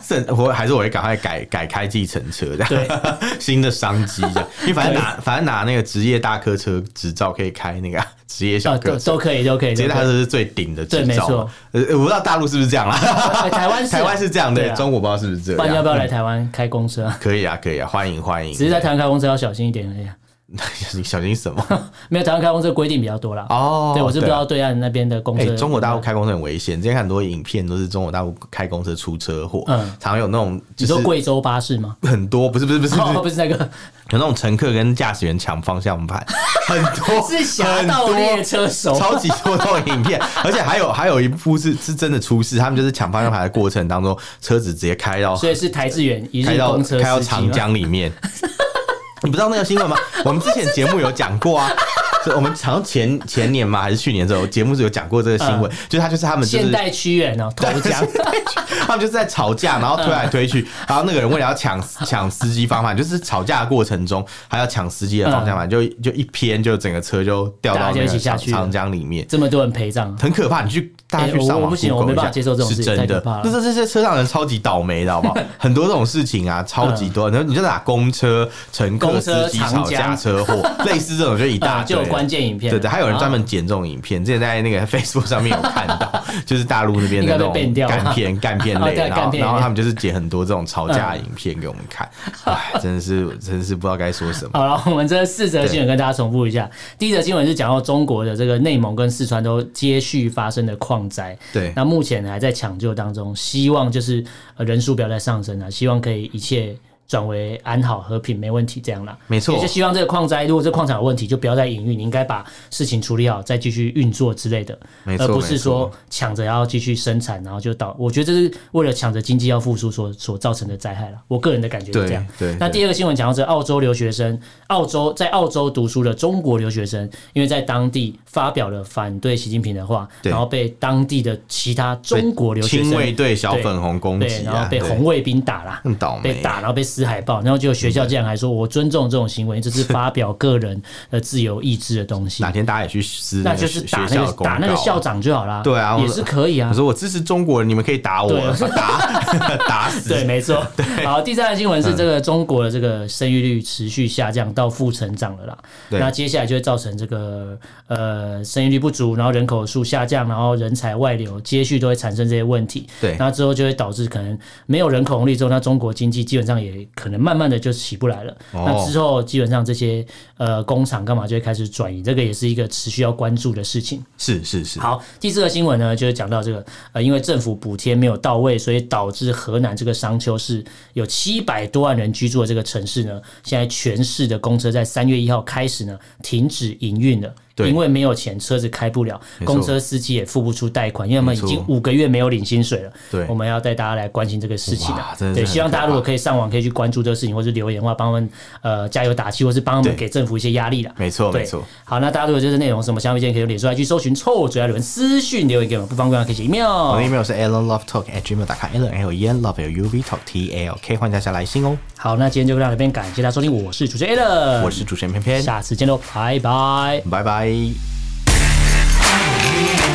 [SPEAKER 2] 甚我还是我会赶快改改开计程车这样， 新的商机这样，因为反正拿反正拿那个职业大客车执照可以开那个啊职业小
[SPEAKER 1] 啊，
[SPEAKER 2] 客
[SPEAKER 1] 都
[SPEAKER 2] 车，
[SPEAKER 1] 都可以，都可以，
[SPEAKER 2] 职业
[SPEAKER 1] 都
[SPEAKER 2] 大
[SPEAKER 1] 可
[SPEAKER 2] 客
[SPEAKER 1] 以
[SPEAKER 2] 车是最顶的执
[SPEAKER 1] 对没
[SPEAKER 2] 照
[SPEAKER 1] 错
[SPEAKER 2] 嘛。呃，呃我不知道大陆是不是这样啦，
[SPEAKER 1] 哎台湾
[SPEAKER 2] 台湾是这样
[SPEAKER 1] 对
[SPEAKER 2] 的，
[SPEAKER 1] 啊
[SPEAKER 2] 中国不知道是不是这
[SPEAKER 1] 不然要
[SPEAKER 2] 样
[SPEAKER 1] 不。要来台湾开公车啊？
[SPEAKER 2] 可以啊，可以啊，欢迎欢迎。
[SPEAKER 1] 只是在台湾开公车要小心一点而已啊。
[SPEAKER 2] 你 小心什么？
[SPEAKER 1] 没有台湾开公车规定比较多啦。
[SPEAKER 2] 哦
[SPEAKER 1] 对，我是不知
[SPEAKER 2] 对啊
[SPEAKER 1] 道对岸那边的公嗯
[SPEAKER 2] 哎、
[SPEAKER 1] 车。
[SPEAKER 2] 中国大陆开公车很危险，之前看很多影片都是中国大陆开公车出车祸，
[SPEAKER 1] 嗯
[SPEAKER 2] 常有那种
[SPEAKER 1] 你
[SPEAKER 2] 就
[SPEAKER 1] 说
[SPEAKER 2] 是
[SPEAKER 1] 贵州巴士吗？
[SPEAKER 2] 很多，不是不是不是不是
[SPEAKER 1] 哦，不是那个，
[SPEAKER 2] 有那种乘客跟驾驶员抢方向 盘，很多
[SPEAKER 1] 是侠盗猎车手。
[SPEAKER 2] 超级多那种影片， 而且还有还有一部是是真的出事，他们就是抢方向盘的过程当中，车子直接开到
[SPEAKER 1] 所以是台志远一
[SPEAKER 2] 开
[SPEAKER 1] 日
[SPEAKER 2] 到
[SPEAKER 1] 公车
[SPEAKER 2] 开到
[SPEAKER 1] 司机
[SPEAKER 2] 长
[SPEAKER 1] 吗。
[SPEAKER 2] 江 里面。你不知道那个新闻吗？我们之前节目有讲过啊， 是我们好像前前年嘛还是去年的时候，节目是有讲过这个新
[SPEAKER 1] 嗯
[SPEAKER 2] 闻，就是他就是他们就
[SPEAKER 1] 现
[SPEAKER 2] 是
[SPEAKER 1] 代屈原哦，投 江。
[SPEAKER 2] 他们就是在吵架，然后推来推去，然后那个人为了要抢抢司机方向盘，就是吵架的过程中还要抢司机的方向盘，就就一偏就整个车就掉
[SPEAKER 1] 嗯
[SPEAKER 2] 到
[SPEAKER 1] 大家就
[SPEAKER 2] 那
[SPEAKER 1] 一起
[SPEAKER 2] 个
[SPEAKER 1] 下
[SPEAKER 2] 长
[SPEAKER 1] 去
[SPEAKER 2] 长江里面。
[SPEAKER 1] 这么多人陪葬，
[SPEAKER 2] 很可怕，你去大家去
[SPEAKER 1] 哎我
[SPEAKER 2] 上网、
[SPEAKER 1] 我不行我没办法接受这种事
[SPEAKER 2] 是
[SPEAKER 1] 情
[SPEAKER 2] 真
[SPEAKER 1] 太可
[SPEAKER 2] 的
[SPEAKER 1] 怕了。
[SPEAKER 2] 这这这这车上人超级倒霉的，好不 好？很多这种事情啊，超级多。然后你就打公车、乘客、
[SPEAKER 1] 嗯公车
[SPEAKER 2] 司机吵架、
[SPEAKER 1] 长江
[SPEAKER 2] 车祸， 类似这种就一大
[SPEAKER 1] 啊，
[SPEAKER 2] 堆
[SPEAKER 1] 就
[SPEAKER 2] 了。
[SPEAKER 1] 有关键影片。
[SPEAKER 2] 对对，还有人专
[SPEAKER 1] 啊
[SPEAKER 2] 门剪这种影片，之前在那个 Facebook 上面有 看到，就是大陆那边的那
[SPEAKER 1] 应该被
[SPEAKER 2] 种
[SPEAKER 1] ban 掉吧
[SPEAKER 2] 干片、干片
[SPEAKER 1] 哦
[SPEAKER 2] 类，
[SPEAKER 1] 对
[SPEAKER 2] 然
[SPEAKER 1] 干
[SPEAKER 2] 后
[SPEAKER 1] 片嗯
[SPEAKER 2] 然后他们就是剪很多这种吵架的影片给我们看，哎，真的是真是不知道该说什么。
[SPEAKER 1] 好了，我们这四则新闻跟大家重复一下。第一则新闻是讲到中国的这个内蒙跟四川都接续发生的矿灾，
[SPEAKER 2] 对
[SPEAKER 1] 那目前还在抢救当中，希望就是呃人数不要再上升啊了，希望可以一切转为安好和平，没问题这样啦。
[SPEAKER 2] 没错
[SPEAKER 1] 也就希望这个矿灾，如果这矿场有问题，就不要再营运，你应该把事情处理好，再继续运作之类的，
[SPEAKER 2] 没错
[SPEAKER 1] 而不是
[SPEAKER 2] 没
[SPEAKER 1] 说抢着要继续生产，然后就倒。我觉得这是为了抢着经济要复苏所所造成的灾害了。我个人的感觉是这样。
[SPEAKER 2] 对对
[SPEAKER 1] 那第二个新闻讲到这，澳洲留学生，澳洲在澳洲读书的中国留学生，因为在当地发表了反对习近平的话，
[SPEAKER 2] 对
[SPEAKER 1] 然后被当地的其他中国留学
[SPEAKER 2] 亲卫
[SPEAKER 1] 生
[SPEAKER 2] 队小粉红攻
[SPEAKER 1] 对，
[SPEAKER 2] 击
[SPEAKER 1] 然后
[SPEAKER 2] 啊，
[SPEAKER 1] 被
[SPEAKER 2] 对嗯
[SPEAKER 1] 红卫兵打啦。
[SPEAKER 2] 更倒霉，
[SPEAKER 1] 被打，然后被撕海报，然后结果学校竟然还
[SPEAKER 2] 嗯
[SPEAKER 1] 说：“我尊重这种行为，这是发表个人的自由意志的东 西
[SPEAKER 2] 哪。天大家也去撕”
[SPEAKER 1] 那
[SPEAKER 2] 个
[SPEAKER 1] 就是
[SPEAKER 2] 学
[SPEAKER 1] 打
[SPEAKER 2] 学校
[SPEAKER 1] 那
[SPEAKER 2] 的
[SPEAKER 1] 个
[SPEAKER 2] 公告啊
[SPEAKER 1] 打那个校长就好啦，
[SPEAKER 2] 对啊我
[SPEAKER 1] 也是可以啊
[SPEAKER 2] 我。说我支持中国，你们可以打我，啊
[SPEAKER 1] 对
[SPEAKER 2] 打打死。
[SPEAKER 1] 对，没 错。好，第三个新闻
[SPEAKER 2] 嗯
[SPEAKER 1] 是这个中国的这个生育率持续下降到负成长了啦。
[SPEAKER 2] 对
[SPEAKER 1] 那接下来就会造成这个呃生育率不足，然后人口数下降，然后人才外流，接续都会产生这些问题。
[SPEAKER 2] 对
[SPEAKER 1] 那之后就会导致可能没有人口红利之后，那中国经济基本上也可能慢慢的就起不来了。
[SPEAKER 2] 哦
[SPEAKER 1] 那之后基本上这些呃工厂干嘛就会开始转移，这个也是一个持续要关注的事情。
[SPEAKER 2] 是是是，
[SPEAKER 1] 好，第四个新闻呢，就是讲到这个，呃，因为政府补贴没有到位，所以导致河南这个商丘市有七百多万人居住的这个城市呢，现在全市的公车在三月一号开始呢停止营运了，
[SPEAKER 2] 对
[SPEAKER 1] 因为没有钱，车子开不了，
[SPEAKER 2] 没错
[SPEAKER 1] 公车司机也付不出贷款，因为我们已
[SPEAKER 2] 没
[SPEAKER 1] 经
[SPEAKER 2] 错
[SPEAKER 1] 五个月没有领薪水了。
[SPEAKER 2] 对
[SPEAKER 1] 我们要带大家来关心这个事情啊
[SPEAKER 2] 哇真。的是
[SPEAKER 1] 对，
[SPEAKER 2] 很
[SPEAKER 1] 希望大家
[SPEAKER 2] 可怕
[SPEAKER 1] 如果可以上网，可以去关注这个事情，或是留言的话，帮他们呃加油打气，或是帮他们
[SPEAKER 2] 对
[SPEAKER 1] 给政府一些压力啦。
[SPEAKER 2] 没错
[SPEAKER 1] 对
[SPEAKER 2] 没错。
[SPEAKER 1] 好，那大家如果对这内容有什么相关意见，可以用脸书来去搜寻“臭嘴艾伦”私讯留言给我们，不方便的话可以写 email
[SPEAKER 2] 我的。email 是 alanlovetalk@gmail.com，alan l e n love l u v talk t a l k，欢迎大家来信哦。
[SPEAKER 1] 好，那今天就到这边，感谢大家收听，我是主持人 Allen，
[SPEAKER 2] 我是主持人偏偏，
[SPEAKER 1] 下次见喽，拜拜。
[SPEAKER 2] 拜拜。
[SPEAKER 3] 「